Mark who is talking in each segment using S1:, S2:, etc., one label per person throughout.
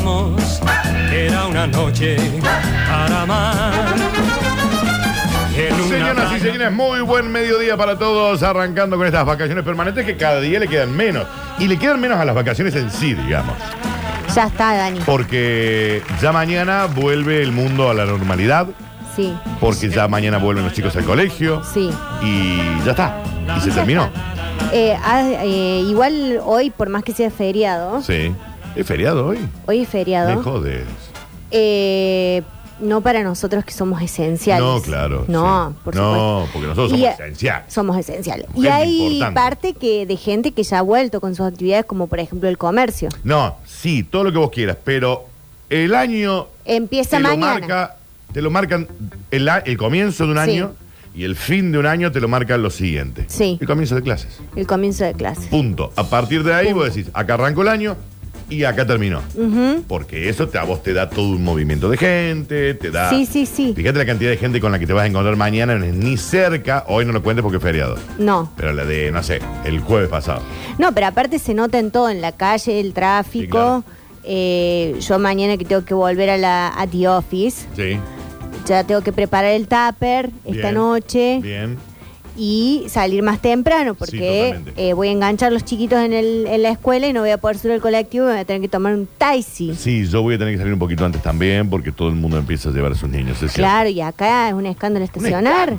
S1: amamos, era una noche para amar. En una
S2: Señoras y
S1: playa-
S2: señores, muy buen mediodía para todos, arrancando con estas vacaciones permanentes que cada día le quedan menos. Y le quedan menos a las vacaciones en sí, digamos.
S3: Ya está, Dani.
S2: Porque ya mañana vuelve el mundo a la normalidad,
S3: Sí,
S2: porque ya mañana vuelven los chicos al colegio
S3: sí.
S2: y ya está. Y se terminó.
S3: Eh, ah, eh, igual hoy, por más que sea feriado,
S2: Sí. ¿Es feriado hoy?
S3: hoy es
S2: Me
S3: feriado.
S2: jodes.
S3: eh, no para nosotros que somos esenciales.
S2: No, claro.
S3: No,
S2: sí.
S3: por
S2: No,
S3: supuesto.
S2: porque nosotros somos
S3: Y-
S2: esenciales.
S3: Somos esenciales.
S2: Gente
S3: Y hay
S2: importante.
S3: parte que de gente que ya ha vuelto con sus actividades, como por ejemplo el comercio.
S2: No, sí, todo lo que vos quieras, pero el año
S3: Empieza
S2: te
S3: mañana.
S2: Lo marca, te lo marcan el, a- el comienzo de un
S3: Sí.
S2: año y el fin de un año te lo marcan lo siguiente.
S3: Sí.
S2: El comienzo de clases.
S3: El comienzo de clase.
S2: Punto. A partir de ahí vos decís, acá arrancó el año y acá terminó. Porque eso te- a vos te da todo un movimiento de gente, te da...
S3: Sí, sí, sí.
S2: Fíjate la cantidad de gente con la que te vas a encontrar mañana, no es ni cerca, hoy no lo cuentes porque es feriado.
S3: No.
S2: Pero la de, no sé, el jueves pasado.
S3: No, pero aparte se nota en todo, en la calle, el tráfico.
S2: Sí, claro.
S3: Eh, yo mañana que tengo que volver a la a The Office,
S2: Sí.
S3: ya tengo que preparar el tupper esta
S2: Bien.
S3: noche
S2: Bien.
S3: y salir más temprano porque
S2: totalmente.
S3: eh, voy a enganchar los chiquitos en, el- en la escuela y no voy a poder subir al colectivo y me voy a tener que tomar un taxi.
S2: Sí, yo voy a tener que salir un poquito antes también porque todo el mundo empieza a llevar a sus niños. es cierto.
S3: Claro, y acá es un escándalo estacionar.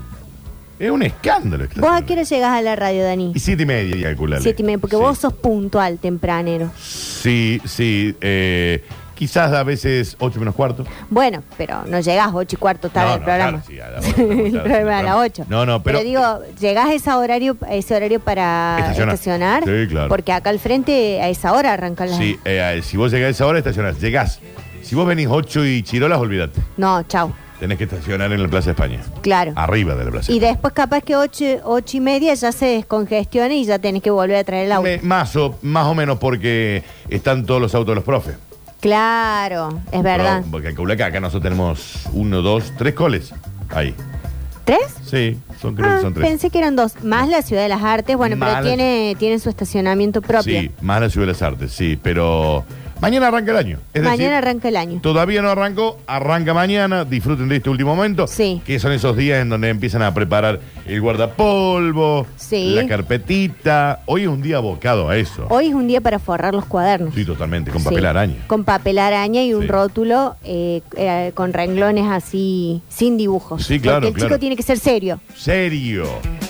S2: Es un escándalo.
S3: ¿Vos a qué hora llegás a la radio, Dani?
S2: Y siete y media, calculale.
S3: Siete y media, porque
S2: Sí.
S3: vos sos puntual tempranero.
S2: Sí, sí. eh, quizás a veces ocho menos cuarto.
S3: Bueno, pero no llegás ocho y cuarto tarde
S2: No,
S3: al
S2: no,
S3: programa.
S2: claro, sí, a la hora, está muy tarde,
S3: El programa a
S2: sí,
S3: las
S2: claro.
S3: 8.
S2: No, no, pero-
S3: digo, llegás a ese horario, a ese horario para
S2: Estacionar.
S3: estacionar.
S2: Sí, claro.
S3: Porque acá al frente a esa hora arrancan las.
S2: Sí, eh, si vos llegás a esa hora, estacionás. Llegás. Si vos venís ocho y chirolas, olvídate.
S3: No, chau.
S2: Tenés que estacionar en la Plaza de España.
S3: Claro.
S2: Arriba de la Plaza de
S3: Y
S2: España.
S3: después capaz que ocho, ocho y media ya se descongestiona y ya tenés que volver a traer el auto.
S2: Me- más, o, más o menos porque están todos los autos de los profes.
S3: Claro, es verdad.
S2: Pero, Porque calcula que acá nosotros tenemos uno, dos, tres coles. Ahí.
S3: ¿Tres?
S2: Sí, son, creo
S3: Ah,
S2: que son tres.
S3: pensé que eran dos. Más la Ciudad de las Artes, bueno,
S2: Más la-
S3: pero tiene, tiene su estacionamiento propio.
S2: Sí, más la Ciudad de las Artes, sí. Pero mañana arranca el año. Es
S3: Mañana
S2: decir,
S3: arranca el año.
S2: Todavía no arrancó, arranca mañana, disfruten de este último momento.
S3: Sí.
S2: Que son esos días en donde empiezan a preparar el guardapolvo,
S3: Sí.
S2: la carpetita. Hoy es un día abocado a eso.
S3: Hoy es un día para forrar los cuadernos.
S2: Sí, totalmente, con papel
S3: Sí,
S2: araña.
S3: Con papel araña y un
S2: Sí.
S3: rótulo eh, eh, con renglones así, sin dibujos.
S2: Sí, claro,
S3: Porque el
S2: claro.
S3: chico tiene que ser serio.
S2: Serio.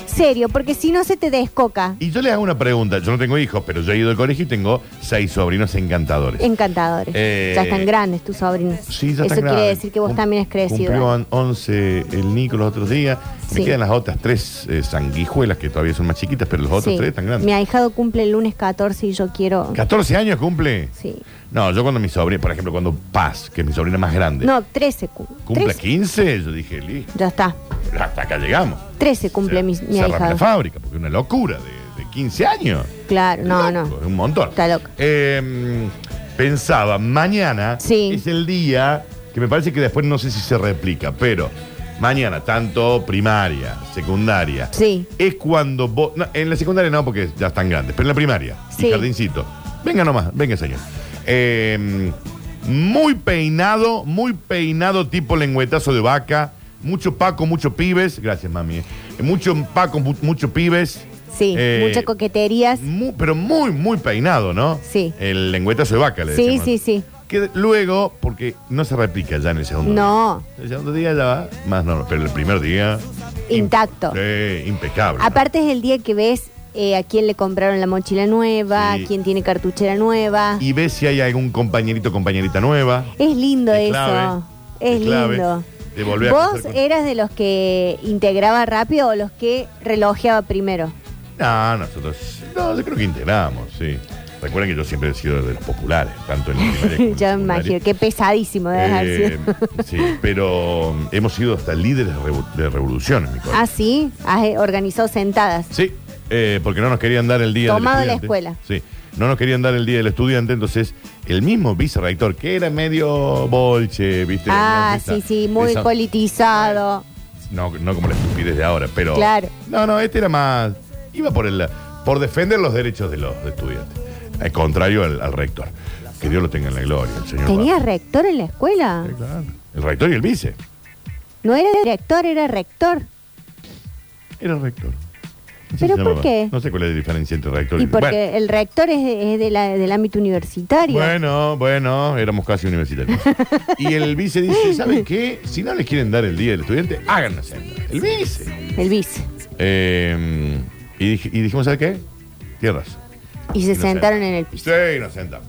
S3: Serio, porque si no se te descoca.
S2: Y yo les hago una pregunta. Yo no tengo hijos, pero yo he ido al colegio y tengo seis sobrinos encantadores.
S3: Encantadores.
S2: Eh,
S3: ya están grandes tus sobrinos.
S2: Sí, ya
S3: Eso
S2: están
S3: quiere
S2: grandes.
S3: decir que vos
S2: Cum-
S3: también has crecido.
S2: Cumplió
S3: Dani.
S2: on- 11 el Nico los otros días. Me
S3: Sí.
S2: quedan las otras tres eh, sanguijuelas que todavía son más chiquitas, pero los otros
S3: Sí.
S2: tres están grandes.
S3: Mi ahijado cumple el lunes 14 y yo quiero.
S2: 14 años cumple.
S3: Sí.
S2: No, yo cuando mi sobrina, por ejemplo, cuando Paz, que es mi sobrina más grande,
S3: No, 13 cu-
S2: cumple
S3: 13.
S2: 15, yo dije, listo,
S3: Ya está.
S2: hasta acá llegamos.
S3: 13 cumple
S2: O
S3: mi,
S2: sea,
S3: mi
S2: cerrame la
S3: ahijado.
S2: fábrica, porque es una locura de, de 15 años.
S3: Claro, no,
S2: Loco,
S3: no.
S2: Es un montón.
S3: Está loco.
S2: Eh, pensaba, mañana
S3: Sí.
S2: es el día que me parece que después no sé si se replica, pero mañana, tanto primaria, secundaria.
S3: Sí.
S2: Es cuando vos. no, en la secundaria no, porque ya están grandes, pero en la primaria, y
S3: Sí.
S2: jardincito. Venga nomás, venga, señor. Eh, muy peinado, muy peinado, tipo lengüetazo de vaca. Mucho Paco, mucho pibes. Gracias, mami. eh. Mucho Paco, mu- mucho pibes.
S3: Sí,
S2: Eh,
S3: muchas coqueterías.
S2: Mu- pero muy, muy peinado, ¿no?
S3: Sí.
S2: El lengüetazo de vaca, le
S3: Sí,
S2: decíamos.
S3: sí, sí.
S2: Que de- luego, porque no se replica ya en el segundo día.
S3: No.
S2: El segundo día ya va más normal, pero el primer día...
S3: Intacto.
S2: im- sí, impecable. ¿no?
S3: Aparte es el día que ves eh, a quién le compraron la mochila nueva,
S2: Sí.
S3: a quién tiene cartuchera nueva.
S2: Y ves si hay algún compañerito o compañerita nueva.
S3: es lindo
S2: Es
S3: eso.
S2: clave.
S3: Es,
S2: Es clave.
S3: lindo.
S2: De volver a
S3: ¿Vos
S2: cruzar con-
S3: eras de los que integraba rápido o los que relojeaba primero?
S2: No, nosotros... No, yo creo que integramos, sí. Recuerden que yo siempre he sido de los populares, tanto en la primaria como en la
S3: Ya me
S2: secundaria.
S3: imagino, qué pesadísimo debe haber
S2: Eh,
S3: sido.
S2: sí, pero mm, hemos sido hasta líderes de revo- de revolución en mi colegio.
S3: Ah, sí, has eh, organizado sentadas.
S2: Sí, eh, porque no nos querían dar el día
S3: Tomado
S2: del
S3: de la
S2: estudiante.
S3: escuela.
S2: Sí, no nos querían dar el día del estudiante, entonces el mismo vicerrector, que era medio bolche, ¿viste?
S3: ah,
S2: Esa-
S3: sí, sí, muy
S2: esa-
S3: politizado.
S2: No, no como la estupidez de ahora, pero.
S3: Claro.
S2: No, no, este era más. Iba por el por defender los derechos de los estudiantes. Al contrario al, al rector. Que Dios lo tenga en la gloria, el señor.
S3: ¿Tenía
S2: Barba.
S3: rector en la escuela?
S2: Sí, claro. El rector y el vice.
S3: No era director, era rector.
S2: Era rector. Así
S3: ¿Pero
S2: se llamaba.
S3: por qué?
S2: No sé cuál es la diferencia entre rector y,
S3: Y porque
S2: Bueno,
S3: el rector es, es de la- del ámbito universitario.
S2: Bueno, bueno, éramos casi universitarios. y el vice dice, ¿saben qué? Si no les quieren dar el día del estudiante, háganlo sentar. El vice.
S3: El vice.
S2: Eh, y, dij- y dijimos, ¿sabe qué? Tierras.
S3: Y se sentaron en el piso.
S2: Sí, nos sentamos.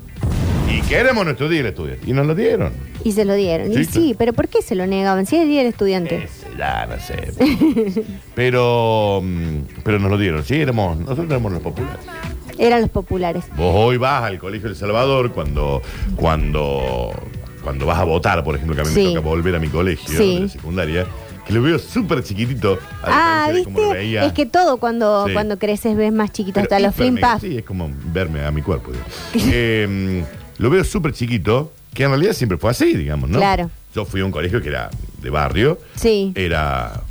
S2: Y queremos nuestro día del estudiante. Y nos lo dieron.
S3: Y se lo dieron.
S2: Sí,
S3: y sí,
S2: claro.
S3: pero ¿por qué se lo negaban? Si es día del estudiante.
S2: Ya, no sé. Pero, mm, pero nos lo dieron, sí, éramos, nosotros éramos los populares.
S3: Eran los populares.
S2: Vos hoy vas al Colegio El Salvador cuando, cuando, cuando vas a votar, por ejemplo, que a mí
S3: Sí.
S2: me toca volver a mi colegio
S3: Sí.
S2: de la secundaria, que lo veo súper chiquitito. a
S3: Ah,
S2: diferencia de cómo lo veía.
S3: ¿viste? Es que todo cuando,
S2: Sí.
S3: cuando creces ves más chiquito.
S2: Pero
S3: Hasta los
S2: hiper
S3: flim
S2: mega,
S3: puff.
S2: Sí, es como verme a mi cuerpo. digo. Eh, lo veo súper chiquito, que en realidad siempre fue así, digamos, ¿no?
S3: Claro.
S2: Yo fui a un colegio que era de barrio.
S3: Sí.
S2: Era.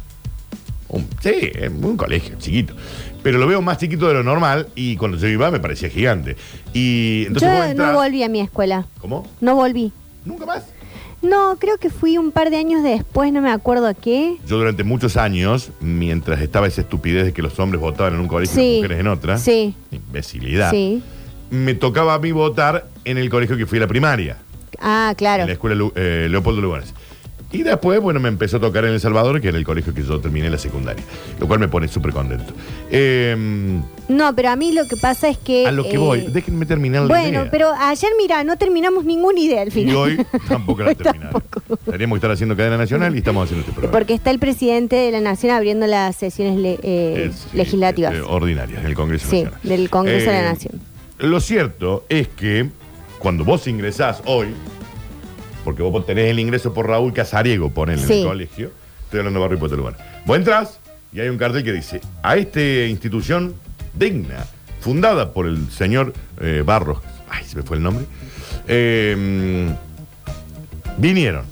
S2: Un, sí, un colegio chiquito. Pero lo veo más chiquito de lo normal y cuando yo iba me parecía gigante. Y entonces vos
S3: Yo no
S2: entrás-
S3: volví a mi escuela.
S2: ¿Cómo?
S3: No volví.
S2: ¿Nunca más?
S3: No, creo que fui un par de años después, no me acuerdo a qué.
S2: Yo durante muchos años, mientras estaba esa estupidez de que los hombres votaban en un colegio y
S3: Sí.
S2: las mujeres en otra,
S3: Sí.
S2: imbecilidad,
S3: Sí.
S2: me tocaba a mí votar en el colegio que fui a la primaria.
S3: Ah,
S2: en la
S3: claro.
S2: escuela Lu- eh, Leopoldo Lugones. Y después, bueno, me empezó a tocar en El Salvador, que era el colegio que yo terminé la secundaria, lo cual me pone súper contento. Eh,
S3: No, pero a mí lo que pasa es que.
S2: a lo que
S3: eh,
S2: voy, déjenme terminar la
S3: Bueno,
S2: idea.
S3: pero ayer, mira, no terminamos ninguna idea al
S2: Y
S3: final.
S2: hoy tampoco la
S3: Hoy
S2: terminaron.
S3: tampoco.
S2: Teníamos que estar haciendo cadena nacional y estamos haciendo este programa.
S3: Porque está el presidente de la Nación abriendo las sesiones le- eh,
S2: Es, eh,
S3: legislativas.
S2: eh, ordinarias del Congreso
S3: Sí,
S2: Nacional. Eh,
S3: del Congreso de la Nación.
S2: Lo cierto es que cuando vos ingresás hoy, porque vos tenés el ingreso por Raúl Casariego, ponele en
S3: Sí.
S2: el colegio, estoy hablando de Barrio Puerto Lugar. Vos entras y hay un cartel que dice, a esta institución digna, fundada por el señor eh, Barros, ay, se me fue el nombre, eh, vinieron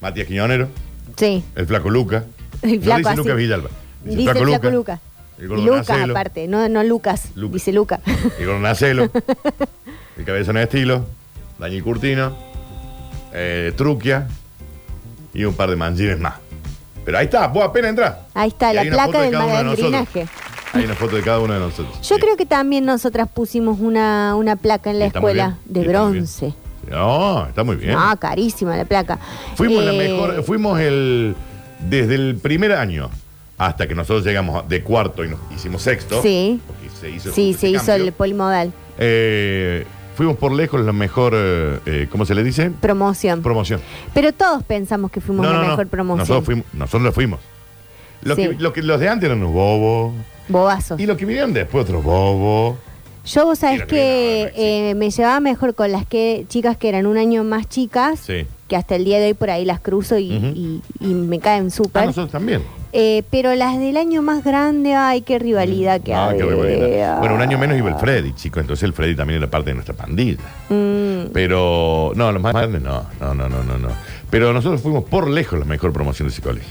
S2: Matías Quiñonero,
S3: sí.
S2: el Flaco Luca.
S3: El
S2: No
S3: Flaco
S2: dice
S3: así.
S2: Lucas Villalba. Dice,
S3: Dice
S2: Flaco, Luca.
S3: Luca.
S2: El gordo
S3: Lucas,
S2: Nacelo.
S3: aparte, no, no Lucas,
S2: Luca.
S3: dice Luca.
S2: El Gornacelo. el Cabezón de Estilo. Daniel Curtino. Eh, Truquia. Y un par de manjines más. Pero ahí está, vos apenas entras.
S3: Ahí está,
S2: Y
S3: la
S2: hay una
S3: placa
S2: foto de
S3: del
S2: cada uno de nosotros.
S3: malandrinaje.
S2: Hay una foto de cada uno de nosotros.
S3: Yo
S2: Sí.
S3: creo que también nosotras pusimos una, una placa en la
S2: Y está muy
S3: escuela
S2: bien.
S3: de
S2: Y está muy bien.
S3: bronce.
S2: No, está muy bien.
S3: Ah, carísima la placa.
S2: Fuimos la
S3: Eh,
S2: mejor, fuimos el desde el primer año hasta que nosotros llegamos de cuarto y nos hicimos sexto.
S3: Sí.
S2: porque se hizo
S3: Sí,
S2: justo
S3: se
S2: ese
S3: hizo
S2: cambio.
S3: el polimodal.
S2: Eh, fuimos por lejos la mejor, eh, eh, ¿cómo se le dice?
S3: Promoción.
S2: Promoción.
S3: Pero todos pensamos que Mm. fuimos la mejor promoción.
S2: Nosotros, fuimos, nosotros lo fuimos. Lo
S3: Sí.
S2: que, lo que- los de antes eran unos bobos.
S3: Bobazos.
S2: Y los que vinieron después otros bobos.
S3: Yo, vos
S2: Y
S3: sabés
S2: la
S3: que
S2: primera, sí.
S3: eh, me llevaba mejor con las que chicas que eran un año más chicas,
S2: Sí.
S3: que hasta el día de hoy por ahí las cruzo y,
S2: Ujú.
S3: y- y me caen
S2: Ah,
S3: súper.
S2: nosotros también.
S3: Eh, pero las del año más grande, ay, qué rivalidad que
S2: Ah,
S3: había.
S2: qué rivalidad. Bueno, un año menos iba el Freddy, chicos. Entonces el Freddy también era parte de nuestra pandilla.
S3: Mm,
S2: Pero, no, los más grandes no, no, no, no, no, no. Pero nosotros fuimos por lejos la mejor promoción de ese colegio.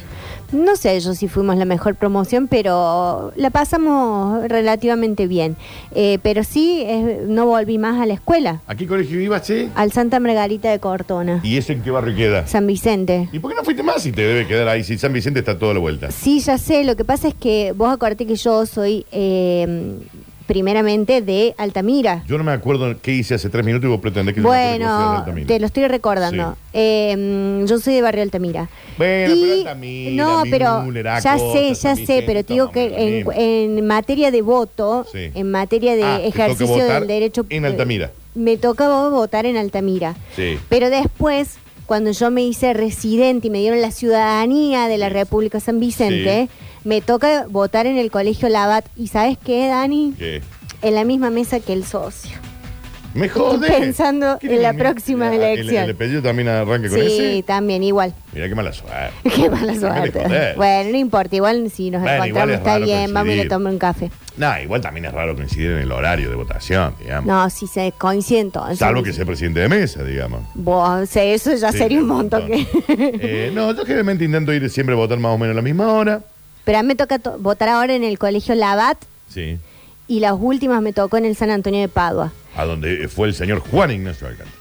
S3: no sé yo si fuimos la mejor promoción, pero la pasamos relativamente bien. Eh, pero sí, eh, no volví más a la escuela,
S2: ¿A qué colegio ibas, che?
S3: al Santa Margarita de Cortona,
S2: ¿Y eso en qué barrio queda?
S3: San Vicente.
S2: ¿Y por qué no fuiste más si te debe quedar ahí? Si San Vicente está toda la vuelta.
S3: Sí, ya sé, lo que pasa es que vos acordate que yo soy eh, primeramente de Altamira.
S2: Yo no me acuerdo qué hice hace tres minutos y vos pretendés que yo me acuerde que vos seas de
S3: Bueno,
S2: Altamira.
S3: te lo estoy recordando. Eh, yo soy de Barrio Altamira.
S2: Bueno,
S3: Y-
S2: pero Altamira,
S3: no, pero
S2: Müller,
S3: ya
S2: Acosta,
S3: sé, ya
S2: San
S3: sé, pero te digo
S2: Vicente, no,
S3: que
S2: no,
S3: en, en materia de voto,
S2: Sí.
S3: en materia de
S2: Ah, te toca
S3: ejercicio
S2: votar
S3: del derecho eh,
S2: en Altamira.
S3: me tocaba votar en Altamira.
S2: Sí.
S3: Pero después, cuando yo me hice residente y me dieron la ciudadanía de la
S2: Sí.
S3: República San Vicente, me toca votar en el Colegio Labat. ¿Y sabes qué, Dani?
S2: ¿Qué?
S3: En la misma mesa que el socio.
S2: Me jodés.
S3: pensando
S2: ¿Qué
S3: en
S2: tiene
S3: la
S2: mi-
S3: próxima
S2: el-
S3: elección?
S2: El, apellido también arranca con
S3: sí,
S2: ese.
S3: también, igual.
S2: Mirá qué mala suerte.
S3: Qué
S2: Déjame
S3: mala
S2: de
S3: suerte.
S2: joder.
S3: Bueno, no importa, igual si nos
S2: Bueno, igual
S3: encontramos
S2: es
S3: está
S2: raro
S3: bien, vamos y le
S2: coincidir.
S3: tomamos un café.
S2: No, igual también es raro coincidir en el horario de votación, digamos.
S3: No, si se coincide entonces.
S2: Salvo que sea presidente de mesa, digamos.
S3: Vos, o sea, eso ya
S2: Sí,
S3: sería un montón. que-
S2: Eh, no, yo generalmente intento ir siempre a votar más o menos a la misma hora.
S3: Pero a mí me toca to- votar ahora en el colegio Labat
S2: Sí.
S3: y las últimas me tocó en el San Antonio de Padua.
S2: A donde fue el señor Juan Ignacio Alcántara.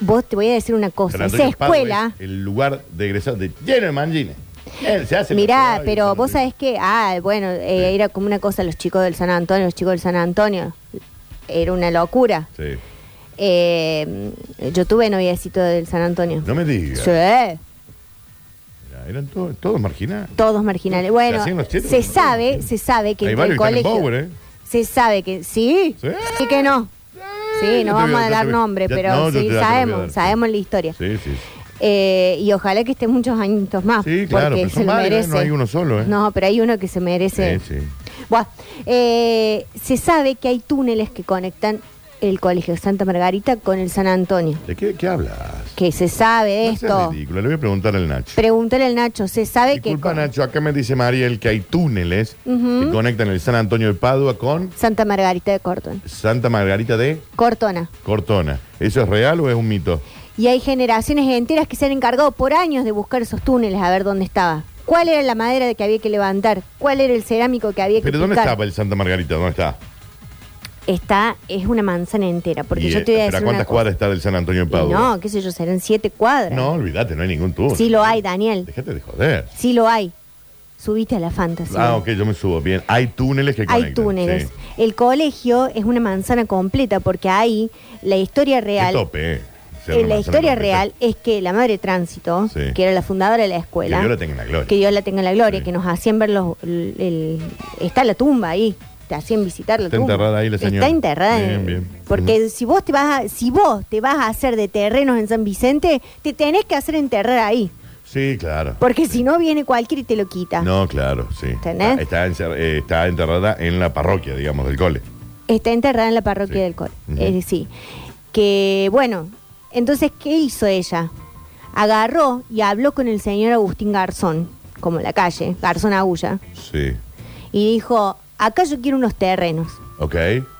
S3: Vos te voy a decir una
S2: San
S3: cosa, esa
S2: Antonio Padua
S3: escuela,
S2: es el lugar de egresados de lleno de mangines. Él se hace
S3: mirá,
S2: los
S3: pero
S2: jugadores,
S3: vos
S2: San Antonio.
S3: sabés que, ah, bueno, eh,
S2: Sí.
S3: era como una cosa los chicos del San Antonio, los chicos del San Antonio, era una locura. Eh, yo tuve noviecito del San Antonio.
S2: Sí. No me digas.
S3: Sí.
S2: Mirá, Eran to- todos marginados.
S3: Todos marginales. Bueno,
S2: hacían los chetos,
S3: se
S2: ¿no?
S3: sabe, se sabe que
S2: Hay
S3: entre el
S2: varios que están en
S3: colegio.
S2: Power, ¿eh?
S3: Se sabe que sí,
S2: Sí.
S3: sí, que no. Sí, no
S2: Yo te voy
S3: vamos
S2: yo
S3: a
S2: te
S3: dar
S2: voy-
S3: nombre,
S2: ya-
S3: pero
S2: no, yo te-
S3: sí
S2: ya te voy a dar,
S3: sabemos,
S2: sí.
S3: sabemos la historia.
S2: Sí, sí. sí.
S3: Eh, y ojalá que esté muchos añitos más,
S2: Sí, claro,
S3: porque
S2: pero son
S3: se lo
S2: varios, ¿eh?
S3: merece.
S2: No hay uno solo, ¿eh?
S3: No, pero hay uno que se merece.
S2: Sí, sí.
S3: Buah, eh, se sabe que hay túneles que conectan el colegio Santa Margarita con el San Antonio.
S2: ¿De qué, qué hablas?
S3: Que se sabe de
S2: No seas
S3: esto.
S2: ridículo, le voy a preguntar al Nacho.
S3: Pregúntale al Nacho, se sabe
S2: Disculpa,
S3: que con
S2: Nacho, acá me dice Mariel que hay túneles que conectan el San Antonio de Padua con
S3: Santa Margarita de Cortona.
S2: Santa Margarita de
S3: Cortona.
S2: Cortona. ¿Eso es real o es un mito?
S3: Y hay generaciones enteras que se han encargado por años de buscar esos túneles a ver dónde estaba. ¿Cuál era la madera que había que levantar? ¿Cuál era el cerámico que había que
S2: ¿Pero dónde
S3: picar?
S2: estaba el Santa Margarita? ¿Dónde está?
S3: Está, es una manzana entera, porque
S2: Y,
S3: yo
S2: eh,
S3: te voy a
S2: ¿Pero
S3: decir
S2: a cuántas
S3: una cosa.
S2: cuadras está del San Antonio de
S3: Y
S2: Padua?
S3: No, qué sé yo, serán siete cuadras.
S2: No, olvídate, no hay ningún túnel.
S3: Sí lo hay, Daniel.
S2: Déjate de joder.
S3: Sí lo hay. Subiste a la fantasía.
S2: Ah, ok, yo me subo. Bien, hay túneles que conectan.
S3: Hay túneles.
S2: sí.
S3: El colegio es una manzana completa porque ahí la historia real,
S2: Qué tope, eh. Ser
S3: eh,
S2: una
S3: la
S2: manzana
S3: historia
S2: completa.
S3: real es que la madre tránsito,
S2: Sí.
S3: que era la fundadora de la escuela,
S2: Que Dios la tenga en la gloria.
S3: que Dios la tenga en la gloria,
S2: Sí.
S3: que nos hacían ver los, el- el- está la tumba ahí, te hacían visitar la
S2: Está
S3: tumba.
S2: enterrada ahí la señora.
S3: Está enterrada.
S2: Bien,
S3: en-
S2: bien.
S3: Porque si vos te vas a, si vos te vas a hacer de terrenos en San Vicente, te tenés que hacer enterrar ahí,
S2: Sí, claro.
S3: porque si no viene cualquiera y te lo quita.
S2: No, claro, sí.
S3: ¿Entendés?
S2: Está, encer- eh, está enterrada en la parroquia, digamos, del cole.
S3: Está enterrada en la parroquia
S2: Sí.
S3: del Col.
S2: Ujú.
S3: Es decir, que bueno, entonces, ¿qué hizo ella? Agarró y habló con el señor Agustín Garzón, como la calle, Garzón Agulla,
S2: Sí.
S3: y dijo, acá yo quiero unos terrenos.
S2: ¿Ok?
S3: Ah.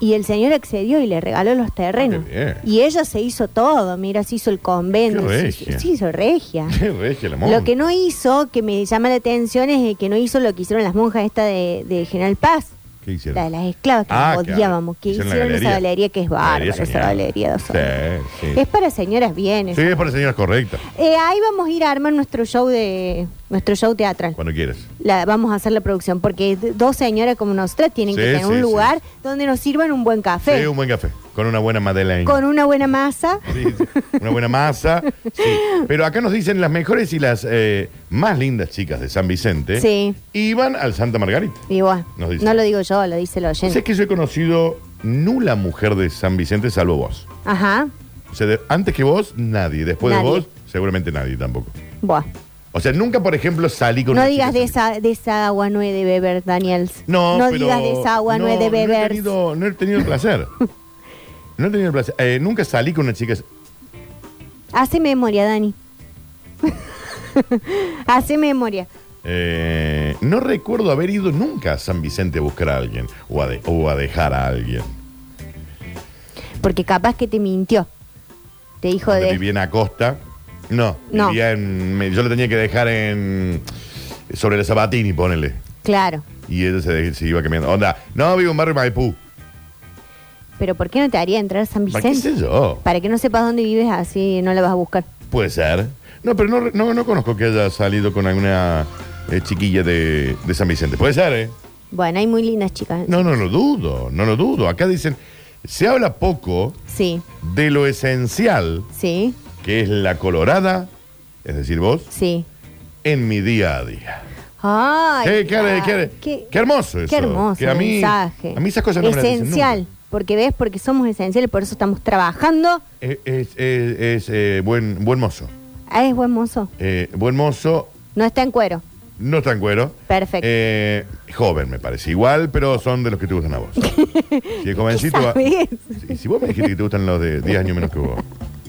S3: Y el señor accedió y le regaló los terrenos.
S2: Ah, qué bien.
S3: Y ella se hizo todo, mira, se hizo el convento,
S2: Qué
S3: se
S2: regia.
S3: hizo, se hizo regia.
S2: Qué regia la monja.
S3: Lo que no hizo, que me llama la atención, es el que no hizo lo que hicieron las monjas esta de, de General Paz.
S2: ¿Qué hicieron?
S3: La de las esclavas que
S2: Ah,
S3: nos
S2: claro.
S3: odiábamos, que
S2: Hicieron
S3: hicieron,
S2: la
S3: esa
S2: galería.
S3: galería que es bárbara,
S2: Galería
S3: esa
S2: soñada.
S3: galería de Osorio.
S2: Sí, sí.
S3: Es para señoras bienes.
S2: Sí, es para señoras correctas.
S3: Eh, ahí vamos a ir a armar nuestro show de nuestro show teatral.
S2: Cuando quieras.
S3: La, vamos a hacer la producción, porque d- dos señoras como nosotras tienen
S2: Sí,
S3: que tener
S2: sí,
S3: un
S2: sí.
S3: lugar donde nos sirvan un buen café,
S2: Sí, un buen café. Con una buena madeleine.
S3: con una buena masa.
S2: Sí, sí. una buena masa. Sí. Pero acá nos dicen las mejores y las eh, más lindas chicas de San Vicente
S3: Sí.
S2: iban al Santa Margarita.
S3: Y bueno,
S2: Nos dice.
S3: no lo digo yo, lo dice el oyente.
S2: Sé que yo he conocido nula mujer de San Vicente salvo vos.
S3: Ajá,
S2: O sea, de- antes que vos, nadie. Después
S3: Nadie.
S2: de vos, seguramente nadie tampoco.
S3: bueno.
S2: O sea, nunca, por ejemplo, salí con
S3: No
S2: una
S3: digas
S2: chica
S3: de
S2: San
S3: esa, de esa agua no he de beber, Daniels.
S2: Vicente. No,
S3: no
S2: pero
S3: digas de esa agua no, he de
S2: No he
S3: beber.
S2: tenido, no he tenido el placer. No he tenido el placer. Eh, nunca salí con una chica.
S3: Hace memoria, Dani. Hace memoria.
S2: eh, no recuerdo haber ido nunca a San Vicente a buscar a alguien o a, de- o a dejar a alguien.
S3: Porque capaz que te mintió. Te dijo
S2: Donde
S3: de.
S2: Vivía en Acosta. No,
S3: No.
S2: vivía en. me- Yo la tenía que dejar en. Sobre la Sabatini, ponele.
S3: Claro.
S2: Y ella se, de- se iba caminando. Onda, no, vivo en barrio Maipú.
S3: Pero ¿por qué no te haría entrar a San
S2: ¿Para qué sé
S3: Vicente?
S2: yo?
S3: Para que no sepas dónde vives, así no la vas a buscar.
S2: Puede ser. No, pero no, re- no, no conozco que haya salido con alguna eh, chiquilla de, de San Vicente. Puede ser, ¿eh?
S3: Bueno, hay muy lindas chicas.
S2: No, no lo dudo, no lo dudo. Acá dicen, se habla poco
S3: Sí,
S2: de lo esencial
S3: sí,
S2: que es la colorada, es decir, vos,
S3: sí.
S2: en mi día a día.
S3: Ay,
S2: Eh, qué,
S3: ay,
S2: qué- qué hermoso eso.
S3: Qué hermoso
S2: Que a mí-
S3: mensaje.
S2: a mí esas cosas no me las dicen
S3: Esencial.
S2: nunca.
S3: Porque ves, porque somos esenciales, por eso estamos trabajando.
S2: Es, Eh, es- es- es, eh, buen, buen mozo.
S3: Ah, es buen mozo.
S2: Eh, buen mozo,
S3: No está en cuero.
S2: no tan cuero.
S3: Perfecto.
S2: Eh, joven me parece igual, pero son de los que te gustan a vos. Si es jovencito. va-
S3: sabés?
S2: Si, si vos me dijiste que te gustan los de 10 años menos que vos.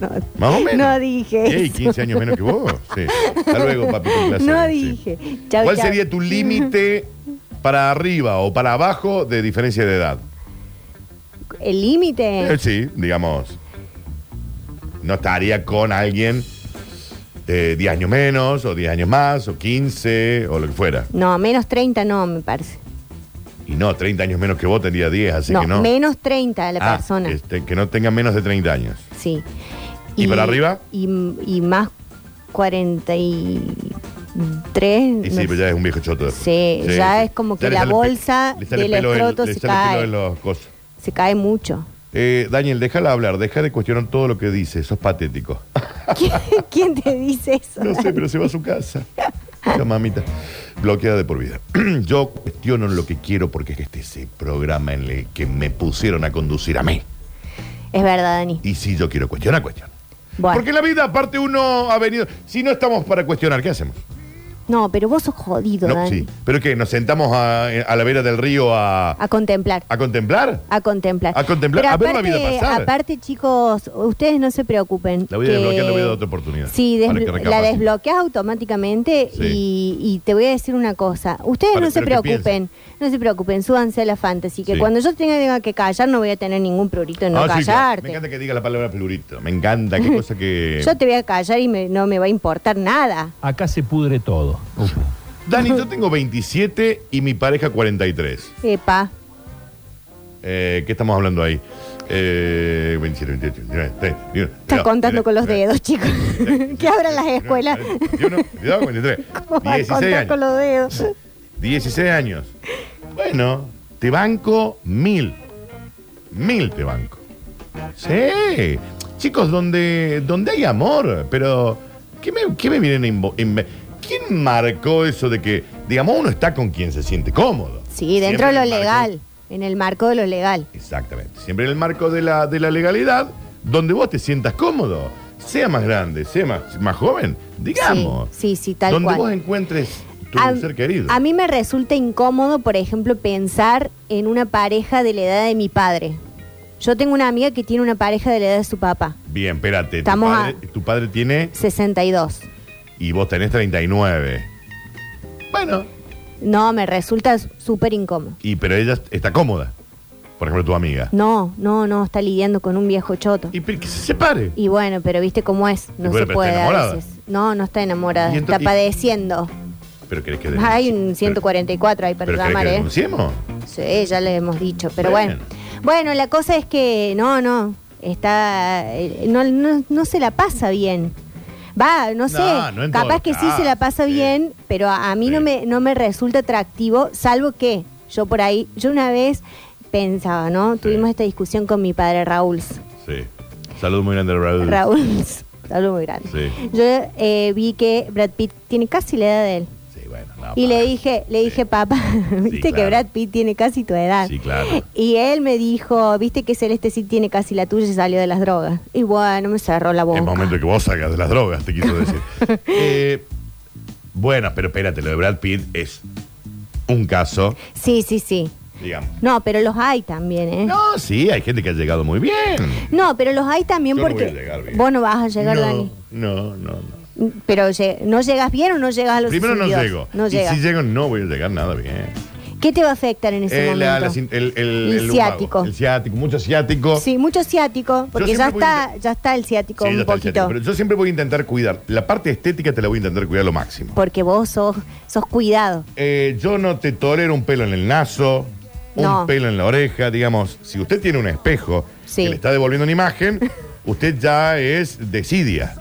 S3: No,
S2: Más o menos.
S3: No dije
S2: Ey,
S3: eso.
S2: 15 años menos que vos. Sí. Hasta luego, papi. con placer,
S3: No
S2: sí.
S3: dije. Chau,
S2: ¿Cuál
S3: chau.
S2: sería tu límite para arriba o para abajo de diferencia de edad?
S3: El límite.
S2: Eh, sí, digamos. No estaría con alguien de 10 años menos, o 10 años más, o 15, o lo que fuera.
S3: No, menos 30 no, me parece.
S2: Y no, 30 años menos que vos tendría 10, así
S3: no,
S2: que no.
S3: menos 30 de la
S2: Ah,
S3: persona.
S2: este, que no tenga menos de 30 años.
S3: Sí.
S2: ¿Y para arriba?
S3: Y, y más 43.
S2: Y
S3: no
S2: sí, pero
S3: sé.
S2: ya es un viejo choto. después.
S3: Sí, ya es como que
S2: le
S3: la
S2: sale el pe-
S3: bolsa
S2: le sale
S3: del
S2: pelo en-
S3: escroto
S2: le
S3: se
S2: sale pelo
S3: cae.
S2: en los cosos.
S3: Se cae mucho.
S2: Eh, Daniel, déjala hablar, deja de cuestionar todo lo que dice, sos patético.
S3: ¿Quién, quién te dice eso?
S2: No sé, pero se va a su casa. La mamita. Bloqueada de por vida. Yo cuestiono lo que quiero porque este es el programa en el que me pusieron a conducir a mí.
S3: Es verdad, Dani.
S2: Y si yo quiero cuestionar, cuestiono.
S3: Bueno.
S2: Porque en la vida, aparte, uno ha venido. Si no estamos para cuestionar, ¿qué hacemos?
S3: No, pero vos sos jodido,
S2: No,
S3: Dani.
S2: sí. ¿Pero qué? ¿Nos sentamos a, a la vera del río a,
S3: A contemplar.
S2: a contemplar?
S3: A contemplar.
S2: A contemplar,
S3: Pero
S2: a ver la vida pasar.
S3: Aparte, chicos, ustedes no se preocupen.
S2: La voy a desbloquear, la voy a dar otra oportunidad.
S3: Sí,
S2: Para que
S3: desblo- la
S2: recapacite.
S3: desbloqueas automáticamente
S2: Sí.
S3: y, y te voy a decir una cosa. Ustedes
S2: Para-
S3: no se
S2: pero que
S3: preocupen, no se preocupen, súbanse a la fantasy, que
S2: Sí.
S3: cuando yo tenga, tenga que callar no voy a tener ningún prurito en no
S2: Ah, sí, claro. me
S3: callarte.
S2: encanta que diga la palabra plurito. Me encanta, qué cosa que.
S3: yo te voy a callar y me- no me va a importar nada.
S2: Ah.
S4: Acá se pudre todo.
S2: Dani, yo tengo 27 y mi pareja 43.
S3: Epa,
S2: Eh, ¿Qué estamos hablando ahí? Eh, 27, 28, 29, 30, 21.
S3: estás contando con los dedos, chicos. que abran las escuelas.
S2: 21, 22, 23.
S3: ¿Cómo vas a
S2: 16
S3: contar con
S2: años.
S3: los dedos?
S2: 16 años. Bueno, te banco mil. Mil te banco. Sí. Chicos, donde, donde hay amor, pero ¿qué me, qué me vienen a invo- inve- ¿Quién marcó eso de que, digamos, uno está con quien se siente cómodo?
S3: Sí, dentro
S2: Siempre
S3: de lo
S2: en el marco-
S3: legal, en el marco de lo legal.
S2: Exactamente. Siempre en el marco de la, de la legalidad, donde vos te sientas cómodo. Sea más grande, sea más, más joven, digamos.
S3: Sí, sí, sí, tal
S2: donde
S3: cual.
S2: vos encuentres tu ser querido.
S3: a mí me resulta incómodo, por ejemplo, pensar en una pareja de la edad de mi padre. Yo tengo una amiga que tiene una pareja de la edad de su papá,
S2: Bien, espérate. Tu
S3: Estamos
S2: padre, tu padre tiene
S3: 62.
S2: y vos tenés 39. Bueno,
S3: No, me resulta súper incómodo.
S2: y pero ella está cómoda. Por ejemplo, tu amiga.
S3: No, no, no, está lidiando con un viejo choto.
S2: Y pero que se separe.
S3: Y bueno, pero viste cómo es,
S2: Y bueno,
S3: no se
S2: pero está
S3: puede a
S2: enamorada.
S3: veces. No, no está enamorada,
S2: Y ento-
S3: está
S2: y-
S3: padeciendo.
S2: Pero querés que denuncie-
S3: Hay un 144 ahí para
S2: Pero, pero querés
S3: llamar,
S2: que
S3: ¿eh?
S2: denunciemos.
S3: Sí, ya le hemos dicho, pero
S2: Bien.
S3: bueno. Bueno, la cosa es que no, no, está, eh, no, no, no se la pasa bien. Va, no sé,
S2: no en
S3: capaz
S2: todos
S3: que
S2: los
S3: sí se la
S2: casos,
S3: pasa
S2: sí.
S3: bien, pero a, a mí no,
S2: Sí.
S3: me, no me resulta atractivo, salvo que yo por ahí, yo una vez pensaba, ¿no? Tuvimos esta discusión con mi padre Raúl.
S2: Sí. Salud muy grande, Raúl.
S3: Raúl, algo muy grande.
S2: Sí.
S3: Yo eh, vi que Brad Pitt tiene casi la edad de él.
S2: Sí, bueno, no,
S3: Y
S2: para.
S3: le dije, le
S2: Sí.
S3: dije, papá, viste que
S2: claro.
S3: Brad Pitt tiene casi tu edad.
S2: Sí, claro.
S3: Y él me dijo, viste que Celeste sí tiene casi la tuya y salió de las drogas. Y bueno, me cerró la boca.
S2: El momento que vos sacas de las drogas, te quiso decir. Eh, bueno, pero espérate, lo de Brad Pitt es un caso,
S3: Sí, sí, sí.
S2: digamos.
S3: No, pero los hay también, ¿eh? No,
S2: No, sí, hay gente que ha llegado muy bien.
S3: pero los hay también
S2: Yo no
S3: porque
S2: voy a llegar bien.
S3: vos no vas a llegar,
S2: no,
S3: Dani.
S2: No, no, no.
S3: Pero lle- no llegas bien o no llegas a los
S2: Primero no
S3: 62?
S2: llego.
S3: No
S2: y
S3: llegas.
S2: si llego, no voy a llegar nada bien.
S3: ¿Qué te va a afectar en ese
S2: Eh,
S3: momento?
S2: la- la cin- el, el,
S3: El
S2: el lumbago,
S3: ciático.
S2: el ciático, mucho ciático.
S3: Sí, mucho ciático, porque ya
S2: siempre voy a
S3: está, ya está el ciático
S2: Sí, ya
S3: un
S2: está el
S3: poquito.
S2: ciático, pero yo siempre voy a intentar cuidar. La parte estética te la voy a intentar cuidar lo máximo.
S3: Porque vos sos, sos cuidado.
S2: Eh, yo no te tolero un pelo en el naso, un
S3: No.
S2: pelo en la oreja, digamos. Si usted tiene un espejo
S3: Sí.
S2: que le está devolviendo una imagen, usted ya es decidia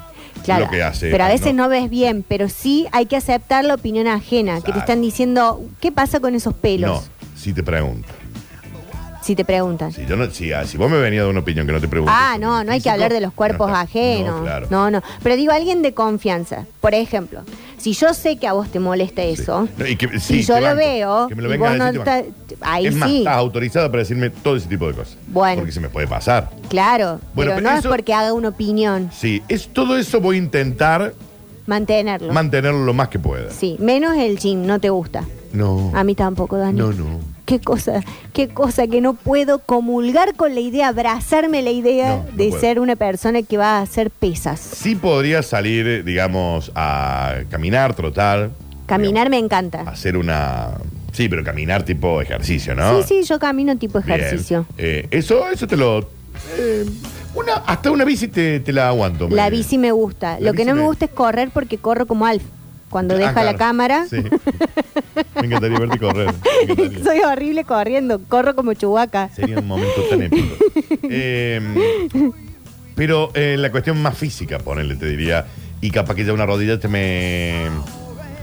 S3: Claro,
S2: lo que hace. Ah,
S3: pero a veces no. ves bien, pero sí hay que aceptar la opinión ajena, que te
S2: Exacto.
S3: están diciendo, ¿qué pasa con esos
S2: No,
S3: pelos?
S2: si te pregunto.
S3: Si te preguntan.
S2: Si, yo no, si, ah, si vos me venías de una opinión que no te pregunto.
S3: Ah,
S2: sobre
S3: no,
S2: mi
S3: no hay que
S2: físico,
S3: hablar de los
S2: no
S3: cuerpos
S2: está-
S3: ajenos.
S2: No, claro.
S3: No, no. Pero digo, alguien de confianza. Por ejemplo, si yo sé que a vos te molesta
S2: Sí.
S3: eso,
S2: No, y que- sí,
S3: si yo
S2: te
S3: lo
S2: banco.
S3: veo,
S2: Que me lo
S3: y
S2: vengas
S3: vos
S2: a
S3: no
S2: decir, te banco.
S3: estás- ahí
S2: es más,
S3: sí,
S2: estás autorizada para decirme todo ese tipo de cosas.
S3: Bueno.
S2: Porque se me puede pasar.
S3: claro.
S2: Bueno,
S3: pero
S2: pero
S3: no es
S2: eso-
S3: porque haga una opinión,
S2: Sí, es, todo eso voy a intentar
S3: mantenerlo.
S2: mantenerlo lo más que pueda.
S3: sí, menos el gym, no te gusta.
S2: No.
S3: A mí tampoco, Dani.
S2: No, no.
S3: Qué cosa, qué cosa que no puedo comulgar con la idea, abrazarme la idea
S2: No, no
S3: de
S2: puedo.
S3: ser una persona que va a hacer pesas.
S2: Sí podría salir, eh, digamos, a caminar, trotar.
S3: Caminar me
S2: digamos,
S3: encanta.
S2: Hacer una... Sí, pero caminar tipo ejercicio, Ah, ¿no?
S3: Sí, sí, yo camino tipo
S2: Bien.
S3: ejercicio.
S2: Eh, eso, eso te lo... eh, una, hasta una bici te, te la aguanto.
S3: La
S2: me-
S3: bici me gusta.
S2: La
S3: Lo que
S2: bici
S3: no me
S2: me-
S3: gusta es correr porque corro como Alf. cuando
S2: Ah,
S3: deja la
S2: claro.
S3: cámara.
S2: Sí. Me encantaría verte correr. Me encantaría.
S3: Soy horrible corriendo, corro como chubaca.
S2: Sería un momento tan épico. Eh, pero eh, la cuestión más física, ponele, te diría. Y capaz que ya una rodilla te me.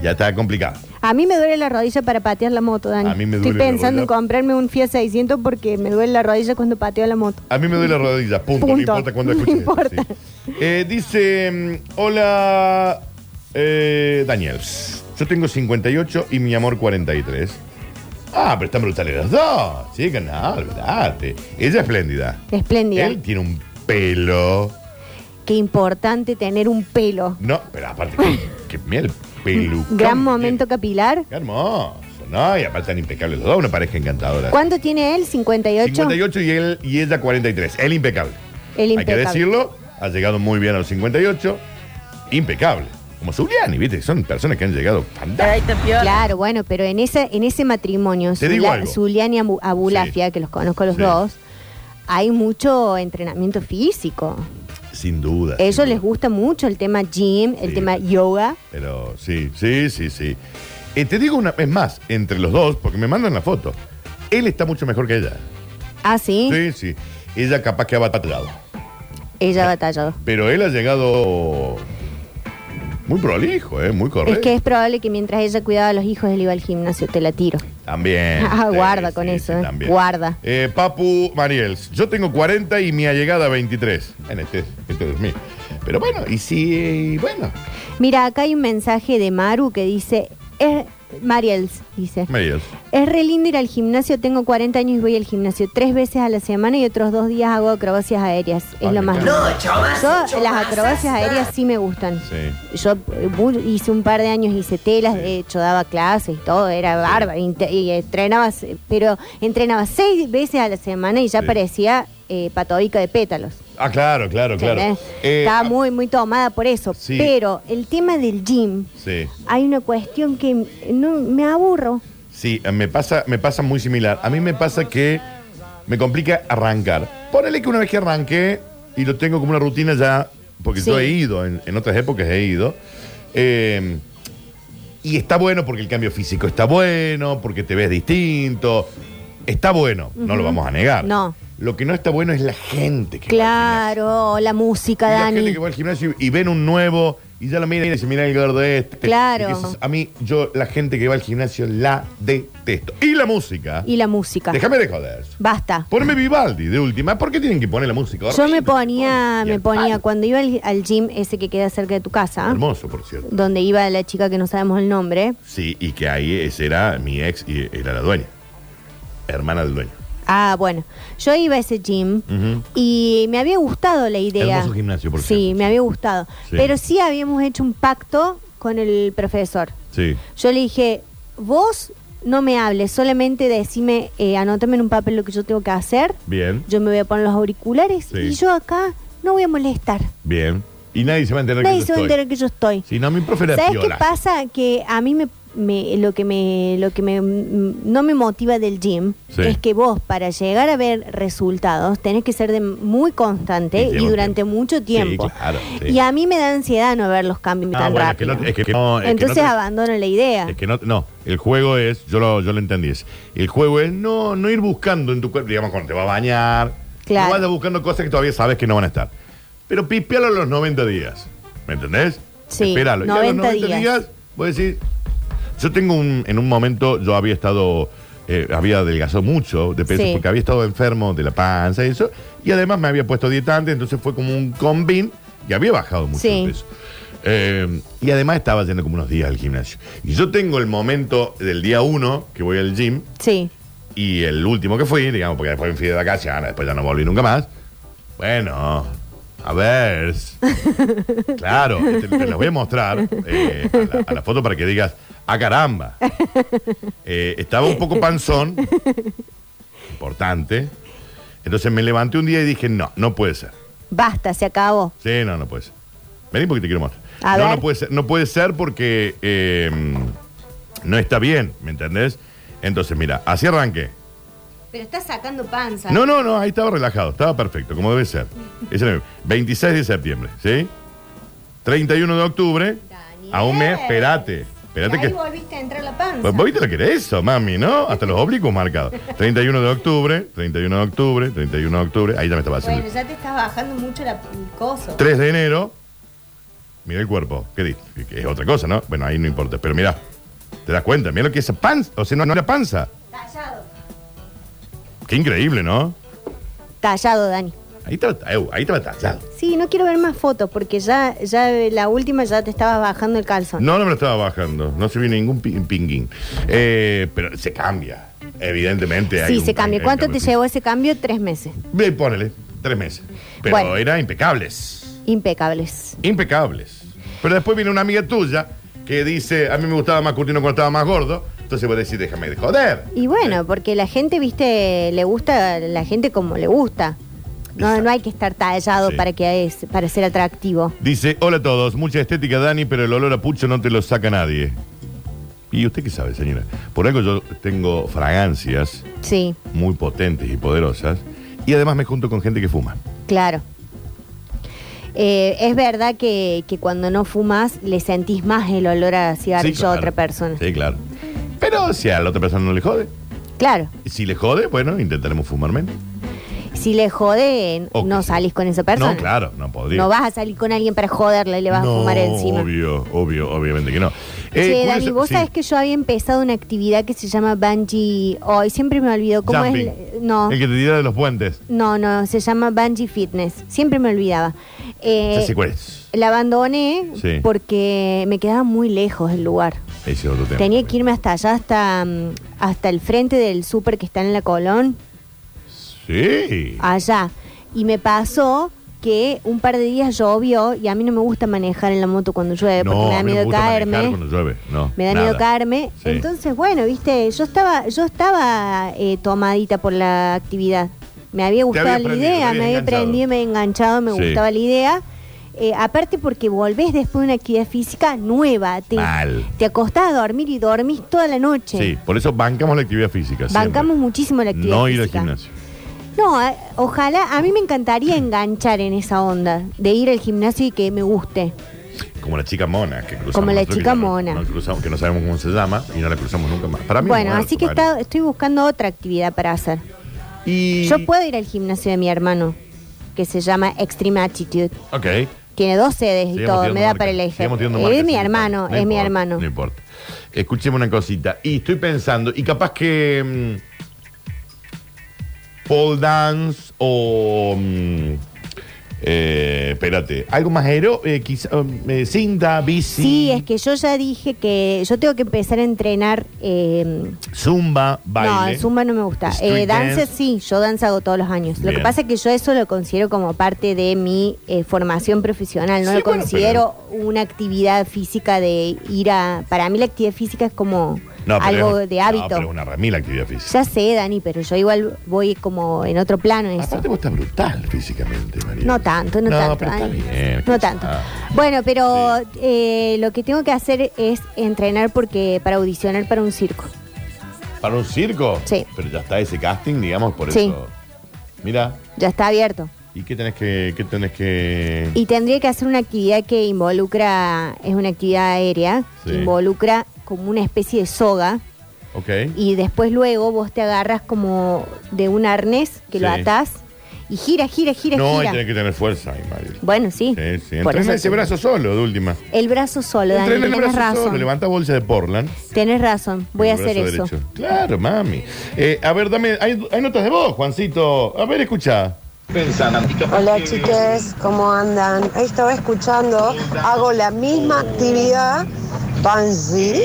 S2: Ya está complicada.
S3: A mí me duele la rodilla para patear la moto, Dani.
S2: A mí me
S3: Estoy
S2: duele la
S3: pensando en
S2: rodilla.
S3: comprarme un Fiat 600 porque me duele la rodilla cuando pateo la moto.
S2: A mí me duele la rodilla, punto. No
S3: Punto.
S2: importa cuándo
S3: No
S2: escuché. esto,
S3: importa.
S2: sí. Eh, dice: mm, Hola, eh, Daniels. Yo tengo 58 y mi amor 43. Ah, pero están brutales las dos. Sí, que no, olvídate. Ella es espléndida.
S3: Espléndida.
S2: Él tiene un pelo.
S3: Qué importante tener un pelo.
S2: No, pero aparte, que, que mira el pelucón.
S3: Gran momento capilar.
S2: Qué hermoso, ¿no? Y aparte están impecables los dos, una pareja encantadora.
S3: ¿Cuánto tiene él? 58.
S2: 58 y él y ella 43. Él impecable.
S3: El
S2: Hay
S3: impecable.
S2: que decirlo, ha llegado muy bien a los 58. Impecable. Como Zuliani, viste, que son personas que han llegado fantásticas.
S3: Claro, bueno, pero en ese, en ese matrimonio,
S2: Te digo
S3: Zula-
S2: algo.
S3: Zuliani y Abu- Abulafia,
S2: Sí.
S3: que los conozco a los
S2: Sí.
S3: dos, hay mucho entrenamiento físico.
S2: Sin duda.
S3: A ellos
S2: sin
S3: les
S2: duda.
S3: gusta mucho el tema gym, el
S2: Sí.
S3: tema yoga.
S2: Pero sí, sí, sí, sí. Eh, te digo una vez más, entre los dos, porque me mandan la foto. Él está mucho mejor que ella.
S3: Ah, sí,
S2: Sí, sí. Ella capaz que ha batallado.
S3: ella ha batallado.
S2: Pero él ha llegado muy prolijo, ¿eh? muy correcto.
S3: Es que es probable que mientras ella cuidaba a los hijos, él iba al gimnasio, te la tiro.
S2: También.
S3: Ah, guarda con eso, ¿eh? Guarda.
S2: Eh, Papu Mariels, yo tengo 40 y mi allegada 23. En este, este es mío. Pero bueno, y sí, eh, bueno.
S3: Mira, acá hay un mensaje de Maru que dice, es, Mariels dice,
S2: Mariels.
S3: es re lindo ir al gimnasio, tengo 40 años y voy al gimnasio tres veces a la semana y otros dos días hago acrobacias aéreas. Es
S2: Ah,
S3: lo
S2: me
S3: más
S2: encanta.
S3: lindo. Yo, las acrobacias aéreas sí me gustan.
S2: Sí.
S3: Yo eh, bu- hice un par de años, hice telas, de hecho daba clases y todo, era bárbaro. Y, te- y entrenabas, eh, pero entrenaba seis veces a la semana y ya
S2: Sí.
S3: parecía eh, patoica de pétalos.
S2: Ah, claro, claro, claro.
S3: ¿entendés?
S2: Eh,
S3: Estaba
S2: ah,
S3: muy, muy tomada por eso.
S2: Sí.
S3: Pero el tema del gym,
S2: Sí.
S3: hay una cuestión que no me aburro.
S2: Sí, me pasa, me pasa muy similar. A mí me pasa que me complica arrancar. Ponele que una vez que arranqué y lo tengo como una rutina ya, porque
S3: Sí.
S2: yo he ido, en, en otras épocas he ido. eh, y está bueno porque el cambio físico está bueno, porque te ves distinto. Está bueno, no lo vamos a negar.
S3: No.
S2: Lo que no está bueno es la gente que va al gimnasio.
S3: Claro, la música,
S2: Y la
S3: Dani.
S2: gente que va al gimnasio y ven un nuevo y ya lo mira y dice, mira el gordo este.
S3: Claro.
S2: Y dices, a mí, yo, la gente que va al gimnasio la detesto. Y la música.
S3: Y la música.
S2: Déjame de joder.
S3: Basta.
S2: Ponme Vivaldi de última. ¿Por qué tienen que poner la música?
S3: Yo
S2: Horrible,
S3: me ponía,
S2: horrible.
S3: me
S2: Al
S3: ponía
S2: palo.
S3: cuando iba al, al gym ese que queda cerca de tu casa,
S2: Hermoso, por cierto.
S3: donde iba la chica que no sabemos el nombre.
S2: Sí, y que ahí ese era mi ex y era la dueña. Hermana del dueño.
S3: Ah, bueno, yo iba a ese gym
S2: Ujú.
S3: y me había gustado la idea.
S2: Hermoso gimnasio, por
S3: Sí,
S2: cierto.
S3: me había gustado.
S2: Sí.
S3: Pero sí habíamos hecho un pacto con el profesor.
S2: Sí.
S3: Yo le dije, vos no me hables, solamente decime, eh, anótame en un papel lo que yo tengo que hacer.
S2: Bien.
S3: Yo me voy a poner los auriculares
S2: Sí.
S3: y yo acá no voy a molestar.
S2: Bien. Y nadie se va a enterar
S3: Nadie
S2: que yo
S3: se va a
S2: estoy.
S3: enterar que yo estoy.
S2: Sí, no, mi profe era
S3: ¿Sabes qué
S2: piola.
S3: pasa? Que a mí me, me- lo que me lo que me mm, no me motiva del gym
S2: Sí.
S3: es que vos para llegar a ver resultados tenés que ser de muy
S2: Sí,
S3: constante
S2: lleva
S3: y
S2: un
S3: durante
S2: tiempo.
S3: mucho tiempo.
S2: Sí, claro, sí.
S3: Y a mí me da ansiedad no ver los cambios
S2: Ah,
S3: tan
S2: bueno, es que
S3: rápido.
S2: no- es que- que no- es que no
S3: Entonces
S2: te-
S3: abandono la idea.
S2: Es que no, no, el juego es, yo lo, yo lo entendí, es, el juego es no, no ir buscando en tu cuerpo, digamos, cuando te va a bañar,
S3: Claro.
S2: no vayas buscando cosas que todavía sabes que no van a estar. Pero pispealo a los 90 días, ¿me entendés?
S3: Sí,
S2: Espéralo. Y a los
S3: 90
S2: 90 días,
S3: días
S2: voy a decir, yo tengo un, en un momento, yo había estado, eh, había adelgazado mucho de peso
S3: Sí.
S2: porque había estado enfermo de la panza y eso, y además me había puesto dietante, entonces fue como un combin y había bajado mucho
S3: Sí.
S2: de peso. Eh, y además estaba yendo como unos días al gimnasio. Y yo tengo el momento del día uno que voy al gym
S3: Sí.
S2: y el último que fui, digamos, porque después me fui de vacaciones, después ya no volví nunca más. Bueno, a ver. Claro, te, te las voy a mostrar eh, a, la, a la foto para que digas, ¡ah, caramba! Eh, estaba un poco panzón, importante. Entonces me levanté un día y dije, no, no puede ser.
S3: Basta, se acabó.
S2: Sí, no, no puede ser. Vení porque te quiero mostrar.
S3: A
S2: no,
S3: ver.
S2: no puede ser, no puede ser porque eh, no está bien, ¿me entendés? Entonces, mira, así arranqué.
S3: Pero estás sacando panza.
S2: No, no, no, ahí estaba relajado, estaba perfecto, como debe ser. Ese era el 26 de septiembre, ¿sí? 31 de octubre, A un mes, espérate. Espérate
S3: Ahí
S2: que.
S3: volviste a entrar la panza.
S2: Pues vos te lo querés eso, mami, ¿no? Hasta los oblicuos marcados. 31 de octubre, 31 de octubre, 31 de octubre. Ahí ya me estaba haciendo.
S3: Bueno, ya te estás bajando mucho la, el coso.
S2: 3 de enero. Mira el cuerpo. ¿Qué dices? Que es otra cosa, ¿no? Bueno, ahí no importa. Pero mira, ¿te das cuenta? Mira lo que es esa panza. O sea, no, no era panza.
S3: Tallado.
S2: Qué increíble, ¿no?
S3: Tallado, Dani.
S2: Ahí estaba, eh, ahí estaba tallado.
S3: Sí, no quiero ver más fotos porque ya, ya la última ya te estabas bajando el calzón.
S2: No, no me lo estaba bajando. No se vio ningún pi- pinguín. Eh, pero se cambia. Evidentemente. hay
S3: sí,
S2: un- eh,
S3: se cambia.
S2: hay-
S3: ¿Cuánto
S2: hay-
S3: te llevó ese cambio? Tres meses.
S2: Ve, ponele, tres meses. Pero
S3: Bueno.
S2: era impecables.
S3: Impecables.
S2: Impecables. Pero después viene una amiga tuya que dice, a mí me gustaba más curtino cuando estaba más gordo. Entonces voy a decir, déjame de joder.
S3: Y bueno, porque la gente, viste, le gusta, la gente como le gusta. No,
S2: Exacto.
S3: no hay que estar tallado
S2: Sí.
S3: para que es, para ser atractivo.
S2: Dice, hola a todos, mucha estética Dani, pero el olor a pucho no te lo saca nadie. ¿Y usted qué sabe, señora? Por algo yo tengo fragancias
S3: Sí,
S2: muy potentes y poderosas. Y además me junto con gente que fuma.
S3: claro. Eh, es verdad que, que cuando no fumas le sentís más el olor a cigarrillo
S2: claro.
S3: a otra persona.
S2: Sí, claro. Pero si a la otra persona no le jode.
S3: Claro.
S2: Y Si le jode, bueno, intentaremos fumar menos.
S3: Si le jode,
S2: O que
S3: no
S2: sí.
S3: salís con esa persona.
S2: No, claro, no podría.
S3: No vas a salir con alguien para joderle y le vas
S2: No,
S3: a fumar encima.
S2: Obvio, obvio, obviamente que no. Eh,
S3: Che,
S2: ¿cuál
S3: Dani,
S2: es-
S3: vos
S2: sí.
S3: sabés que yo había empezado una actividad que se llama bungee... Hoy siempre me olvido cómo
S2: Jumping.
S3: es... la- No,
S2: El que te tira de los puentes.
S3: no, no, se llama bungee fitness. Siempre me olvidaba. Eh,
S2: ya sé cuál es.
S3: la abandoné
S2: Sí.
S3: porque me quedaba muy lejos el lugar.
S2: Ese es otro tema.
S3: Tenía que irme hasta allá, hasta, mm, hasta el frente del súper que está en la Colón,
S2: Sí.
S3: allá. Y me pasó que un par de días llovió y a mí no me gusta manejar en la moto cuando llueve porque me
S2: a
S3: da
S2: mí no
S3: miedo
S2: gusta
S3: caerme.
S2: manejar cuando llueve. No,
S3: Me da
S2: nada.
S3: miedo caerme.
S2: Sí.
S3: Entonces, bueno, viste, yo estaba, yo estaba eh, tomadita por la actividad. Me había gustado
S2: había
S3: la
S2: prendido, te
S3: idea,
S2: habías
S3: me había
S2: enganchado.
S3: prendido, me había enganchado, me
S2: Sí.
S3: gustaba la idea. Eh, aparte porque volvés después de una actividad física nueva, te,
S2: Mal.
S3: te acostás a dormir y dormís toda la noche.
S2: Sí, por eso bancamos la actividad física. siempre.
S3: Bancamos muchísimo la actividad
S2: No ir al
S3: física.
S2: gimnasio.
S3: No, a- ojalá, a mí me encantaría enganchar en esa onda, de ir al gimnasio y que me guste.
S2: Como la chica mona que cruzamos.
S3: Como la
S2: nosotros, que
S3: chica
S2: no-
S3: mona.
S2: No, cruzamos, que no sabemos cómo se llama y no la cruzamos nunca más. Para mí es
S3: bueno,
S2: un
S3: así que
S2: muerto,
S3: está- estoy buscando otra actividad para hacer.
S2: padre. Y...
S3: Yo puedo ir al gimnasio de mi hermano, que se llama Extreme Attitude.
S2: Ok.
S3: Tiene dos sedes y
S2: sigamos
S3: todo,
S2: tirando
S3: me da
S2: marca,
S3: para elegir.
S2: sigamos tirando marca,
S3: Es mi
S2: sí, no
S3: hermano,
S2: importa,
S3: es mi
S2: no importa,
S3: hermano.
S2: No importa. Escuchemos una cosita. Y estoy pensando, y capaz que. mm, pole dance o. mm, eh, espérate, algo más aero, eh, quizá, um, eh, cinta, bici,
S3: Sí, es que yo ya dije que yo tengo que empezar a entrenar. eh,
S2: zumba,
S3: no,
S2: baile.
S3: el zumba no me gusta.
S2: street
S3: Eh, danza
S2: dance.
S3: sí, yo danza hago todos los años. Lo
S2: Bien.
S3: que pasa es que yo eso lo considero como parte de mi eh, formación profesional. No
S2: Sí,
S3: lo
S2: bueno,
S3: considero una actividad física de ir a. Para mí la actividad física es como
S2: No, pero
S3: algo
S2: es-
S3: de
S2: No,
S3: hábito.
S2: pero es una remil actividad física.
S3: Ya sé, Dani, pero yo igual voy como en otro plano en eso.
S2: Aparte, vos estás brutal físicamente, María.
S3: No tanto, no,
S2: No,
S3: tanto.
S2: pero está
S3: Ay,
S2: bien.
S3: no tanto.
S2: Ah.
S3: Bueno, pero eh, lo que tengo que hacer es entrenar porque para audicionar para un circo.
S2: ¿Para un circo?
S3: Sí.
S2: Pero ya está ese casting, digamos, por
S3: Sí.
S2: eso. Mira,
S3: Ya está abierto.
S2: ¿y qué tenés que.? Qué tenés que...
S3: Y tendría que hacer una actividad que involucra, es una actividad aérea,
S2: Sí.
S3: que involucra como una especie de soga
S2: Ok.
S3: y después luego vos te agarras como de un arnés que lo
S2: Sí.
S3: atás y gira, gira, gira,
S2: no, ahí
S3: gira.
S2: tenés que tener fuerza, ahí, Mario.
S3: Bueno, sí.
S2: Sí, sí.
S3: Por
S2: Entrena
S3: eso
S2: ese
S3: te-
S2: brazo solo, de última.
S3: El brazo solo, Dani,
S2: Entrena el
S3: tenés
S2: brazo
S3: razón.
S2: solo, levanta bolsa de Portland.
S3: Tenés razón, voy a
S2: El brazo
S3: hacer eso.
S2: derecho. Claro, mami. Eh, a ver, dame. Hay, hay notas de vos, Juancito. A ver, escucha.
S4: Hola chiques, ¿cómo andan? Ahí estaba escuchando, hago la misma actividad, Pansy,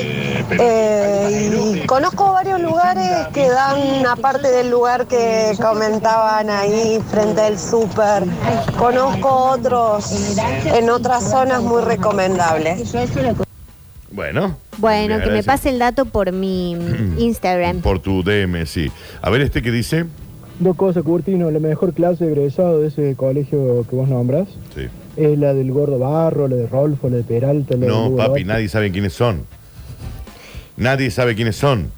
S4: eh, y conozco varios lugares que dan, aparte del lugar que comentaban ahí frente al súper, conozco otros en otras zonas muy recomendables.
S2: Bueno.
S3: Bueno,
S2: Le
S3: que me
S2: agradezco.
S3: pase el dato por mi mm, Instagram.
S2: Por tu DM, sí. A ver, este que dice.
S5: Dos cosas, Curtino. La mejor clase de egresado de ese colegio que vos nombras
S2: Sí.
S5: es la del Gordo Barro, la de Rolfo, la de Peralta. La de
S2: No,
S5: Lugo
S2: papi,
S5: Duarte.
S2: nadie sabe quiénes son. Nadie sabe quiénes son.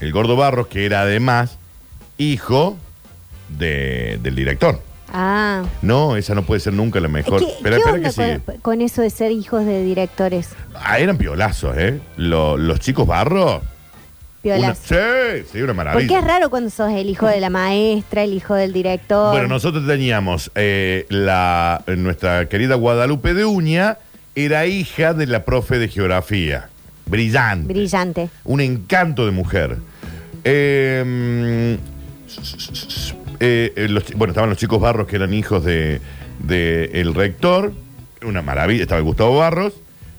S2: El gordo Barros, que era además hijo de- del director.
S3: Ah.
S2: No, esa no puede ser nunca la mejor.
S3: ¿Qué,
S2: Espera,
S3: qué
S2: espera
S3: onda
S2: que sigue.
S3: con, con eso de ser hijos de directores?
S2: Ah, eran piolazos, ¿eh? Lo- los chicos barro. Una-
S3: Violas.
S2: sí, sí, una
S3: Porque es
S2: maravilla.
S3: raro cuando sos el hijo de la maestra, el hijo del director.
S2: Bueno, nosotros teníamos eh, la, nuestra querida Guadalupe de Uña, era hija de la profe de geografía. Brillante.
S3: Brillante.
S2: Un encanto de mujer. Eh, eh, eh, los chi- bueno, estaban los chicos Barros que eran hijos de, de el rector. Una maravilla. Estaba Gustavo Barros,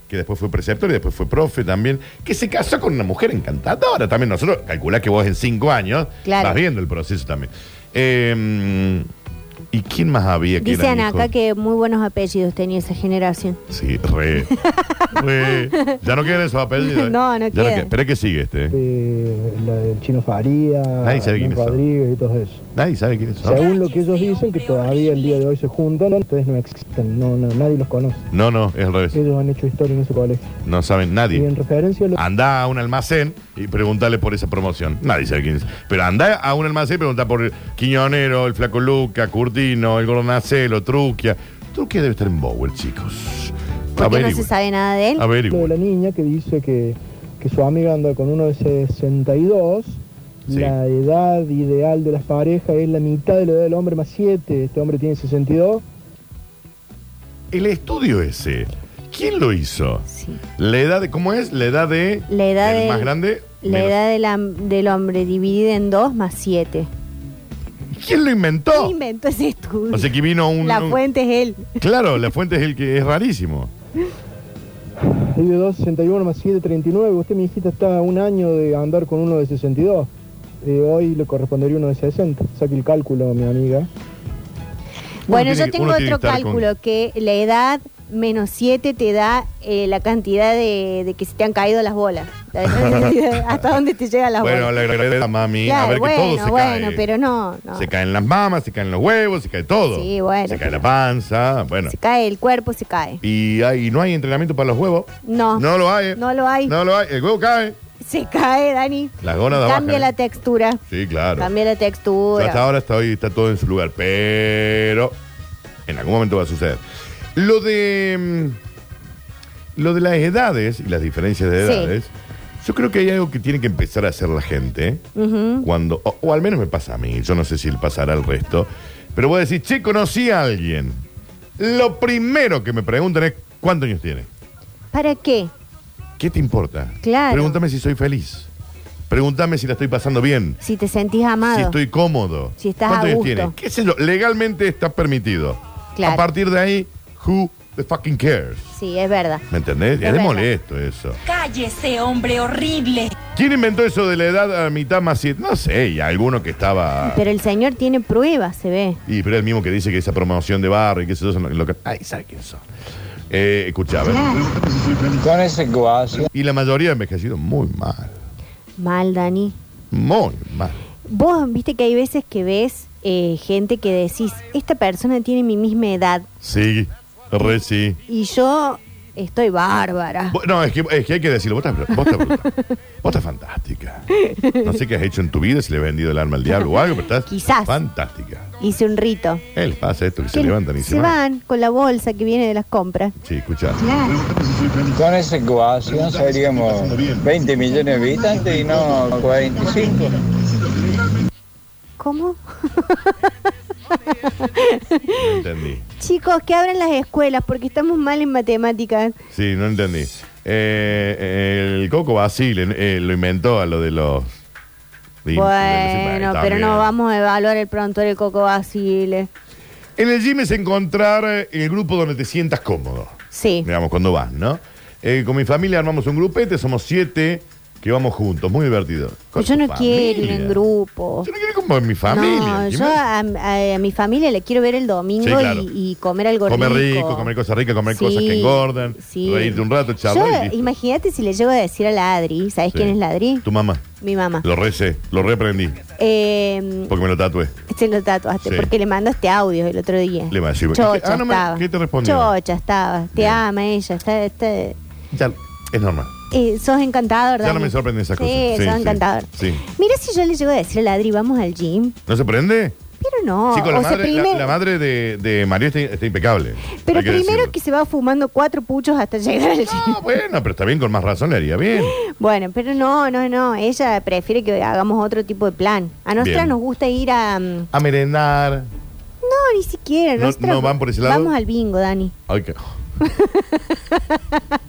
S2: que después fue preceptor y después fue profe también, que se casó con una mujer encantadora. También nosotros, calculá que vos en cinco años
S3: Claro.
S2: vas viendo el proceso también. Eh, ¿Y quién más había que
S3: Dicen
S2: eran
S3: acá
S2: hijos?
S3: que muy buenos apellidos tenía esa generación.
S2: Sí, re. re. Ya no quedan esos apellidos. ¿eh?
S3: No, no
S2: Ya
S3: quedan.
S2: queda- Pero es que sigue este. ¿eh?
S5: Eh, la del Chino Faría,
S2: Nadie sabe quiénes
S5: Hernán
S2: son.
S5: Rodríguez y todo eso.
S2: Nadie sabe quiénes son.
S5: Según lo que ellos dicen, que todavía el día de hoy se juntan, entonces no existen, no, no, nadie los conoce.
S2: No, no, es al revés.
S3: Eh,
S5: Ellos han hecho historia en ese colegio.
S2: No saben
S5: Y en
S2: nadie.
S5: referencia a lo
S2: Anda a un almacén y preguntale por esa promoción. Nadie sabe quién es. Pero anda a un almacén y pregunta por Quiñonero, el Flaco Luca, Curtino, el Gornacelo, Truquia. Truquia debe estar en Bower, chicos.
S3: Porque no se sabe nada de él.
S5: Lo de la
S2: Averigüen.
S5: niña que dice que, que su amiga anda con uno de 62.
S2: Sí.
S5: La edad ideal de las parejas es la mitad de la edad del hombre más 7. Este hombre tiene 62.
S2: El estudio ese, ¿quién lo hizo?
S3: Sí.
S2: La edad de, ¿cómo es? La edad de...
S3: La edad
S2: del
S3: del-
S2: más grande.
S3: La
S2: menos-
S3: edad de la- del hombre dividida en dos más siete.
S2: ¿Quién lo inventó?
S3: ¿Quién inventó ese estudio?
S2: O sea que vino un...
S3: la
S2: un-
S3: fuente es él.
S2: Claro, la fuente es el que es rarísimo.
S5: Vive 2, 61 más 7, 39. Usted, mi hijita, está a un año de andar con uno de 62. Eh, hoy le correspondería uno de 60. Saque el cálculo, mi amiga.
S3: Bueno,
S2: tiene
S3: yo
S2: que-
S3: tengo
S2: uno tiene
S3: otro
S2: que estar
S3: cálculo, que la edad menos 7 te da eh, la cantidad de, de que se te han caído las bolas. Hasta dónde te llegan las
S2: bueno,
S3: bolas.
S2: le agradezco a mami.
S3: Claro,
S2: a ver que todo
S3: bueno,
S2: se
S3: bueno,
S2: cae.
S3: pero no. no.
S2: Se caen las mamas, se caen los huevos, se cae todo.
S3: Sí, bueno.
S2: Se cae la panza, bueno.
S3: Se cae el cuerpo, se cae.
S2: Y, hay- no hay entrenamiento para los huevos.
S3: No.
S2: No lo hay.
S3: No lo hay.
S2: No lo hay. El huevo cae.
S3: Se cae, Dani.
S2: Las gónadas bajan,
S3: Cambia la
S2: ¿eh?
S3: textura.
S2: Sí, claro.
S3: Cambia la
S2: Yo
S3: textura.
S2: hasta ahora está, hoy está todo en su lugar, pero en algún momento va a suceder. Lo de mm, lo de las edades y las diferencias de
S3: Sí.
S2: edades, yo creo que hay algo que tiene que empezar a hacer la gente cuando, o, o al menos me pasa a mí, yo no sé si le pasará al resto, pero voy a decir, che, conocí a alguien. Lo primero que me preguntan es ¿cuántos años tiene?
S3: ¿Para qué?
S2: ¿Qué te importa?
S3: Claro.
S2: Pregúntame si soy feliz. Pregúntame si la estoy pasando bien.
S3: Si te sentís amado.
S2: Si estoy cómodo.
S3: Si estás
S2: ¿Cuántos
S3: a
S2: años
S3: gusto.
S2: tiene? ¿Qué sé yo? Legalmente está permitido.
S3: Claro.
S2: A partir de ahí, who the fucking cares?
S3: Sí, es verdad.
S2: ¿Me entendés?
S3: Es
S2: Es,
S3: verdad.
S2: molesto eso.
S6: Cállese, hombre horrible.
S2: ¿Quién inventó eso de la edad a la mitad más siete? No sé, y alguno que estaba.
S3: Pero el señor tiene pruebas, se ve.
S2: Y pero el mismo que dice que esa promoción de barrio y que eso son lo- lo que. Ay, ¿sabes quién son? Eh, escuchá, a ver.
S7: Con ese guaso.
S2: Y la mayoría ha envejecido muy mal.
S3: Mal, Dani.
S2: Muy mal.
S3: Vos, viste que hay veces que ves eh, gente que decís, esta persona tiene mi misma edad
S2: Sí, re sí.
S3: y yo estoy bárbara.
S2: Vos- No, es que, es que hay que decirlo. Vos estás, vos estás brutal. Vos estás fantástica. No sé qué has hecho en tu vida, si le has vendido el alma al diablo o algo, pero estás
S3: Quizás.
S2: fantástica.
S3: Hice un rito.
S2: ¿Qué les pasa esto? Que se
S3: Que
S2: levantan y se, van.
S3: con la bolsa que viene de las compras.
S2: Sí, escuchá.
S7: Con ese guaso seríamos 20 millones de habitantes y no 45.
S3: ¿Cómo?
S2: No entendí.
S3: Chicos, que abran las escuelas porque estamos mal en matemáticas.
S2: Sí, no entendí. Eh, el Coco Basile eh, lo inventó a lo de los. de- de los-
S3: Bueno,
S2: está
S3: pero
S2: bien.
S3: no vamos a evaluar el prontuario del Coco Basile.
S2: En el gym es encontrar eh, el grupo donde te sientas cómodo.
S3: Sí.
S2: digamos, cuando vas, ¿no? Eh, con mi familia armamos un grupete, somos siete que vamos juntos, muy divertido. Con
S3: Yo
S2: tu
S3: no quiero ir
S2: familia.
S3: en grupo.
S2: Yo no quiero ir con mi familia.
S3: no,
S2: ¿quién
S3: yo
S2: me-
S3: a, a- a mi familia le quiero ver el domingo
S2: Sí, claro.
S3: y, y comer algo
S2: Comer
S3: rico.
S2: rico, comer cosas ricas, comer cosas
S3: Sí,
S2: que engordan,
S3: sí.
S2: reírte un rato, charlar. y
S3: Yo,
S2: listo.
S3: imagínate si le llego a decir a la Adri, ¿sabes
S2: Sí.
S3: quién es Ah. la Adri?
S2: Tu mamá.
S3: Mi mamá.
S2: Lo recé, lo reprendí,
S3: Eh,
S2: porque me lo tatué.
S3: Este lo tatuaste
S2: Sí.
S3: porque le mandaste audios el otro día.
S2: Le mandé, sí, porque-
S3: Chocha
S2: Ah, no me-
S3: estaba.
S2: ¿qué te respondió?
S3: Chocha estaba. Te
S2: Bien.
S3: ama ella. Está, está-
S2: Ya, es normal.
S3: eh, sos encantador,
S2: Ya no
S3: Dani.
S2: me sorprenden esas cosas.
S3: Sí,
S2: Sí,
S3: sos
S2: sí.
S3: encantador.
S2: Sí.
S3: Mira si yo le llego a decir a Adri, vamos al gym.
S2: ¿No se prende?
S3: Pero no.
S2: Sí, con la,
S3: o sea,
S2: madre, la-
S3: primer-
S2: la madre de, de María está, está impecable.
S3: pero
S2: hay que
S3: primero
S2: decirlo.
S3: que se va fumando cuatro puchos hasta llegar al
S2: Ah, bueno, pero está bien, con más razón le haría bien.
S3: Bueno, pero no, no, no. Ella prefiere que hagamos otro tipo de plan. A nosotras
S2: Bien.
S3: nos gusta ir a. mm,
S2: A merendar.
S3: No, ni siquiera.
S2: No-
S3: nosotras
S2: no van por ese lado.
S3: Vamos al bingo, Dani.
S2: Ay, qué-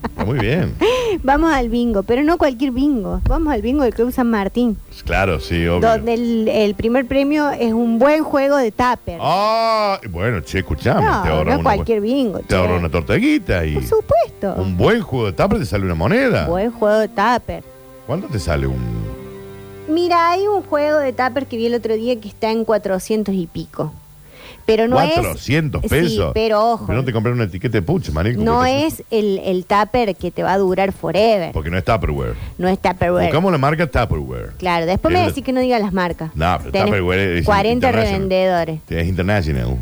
S2: Está muy bien.
S3: Vamos al bingo, pero no cualquier bingo. Vamos al bingo del Club San Martín,
S2: Claro, sí, obvio.
S3: donde el, el primer premio es un buen juego de tupper.
S2: Ah, bueno, che, escuchame.
S3: no,
S2: Ah, te ahorra
S3: no
S2: una,
S3: cualquier bingo.
S2: Te
S3: che.
S2: ahorra una torteguita y
S3: Por supuesto.
S2: un buen juego de tupper te sale una moneda.
S3: Buen juego de tupper.
S2: ¿Cuánto te sale un...?
S3: Mira, hay un juego de tupper que vi el otro día que está en 400 y pico. Pero no
S2: ¿400
S3: es...
S2: pesos?
S3: Sí, pero ojo,
S2: no te compré una etiqueta de pucho, marico.
S3: no
S2: porque-
S3: es el, el tupper que te va a durar forever.
S2: Porque no es Tupperware.
S3: No es tupperware.
S2: Buscamos la marca Tupperware.
S3: Claro, después me
S2: Es-
S3: decís que no diga las marcas.
S2: No, pero
S3: Tenés
S2: Tupperware es
S3: 40
S2: international.
S3: revendedores.
S2: Es international.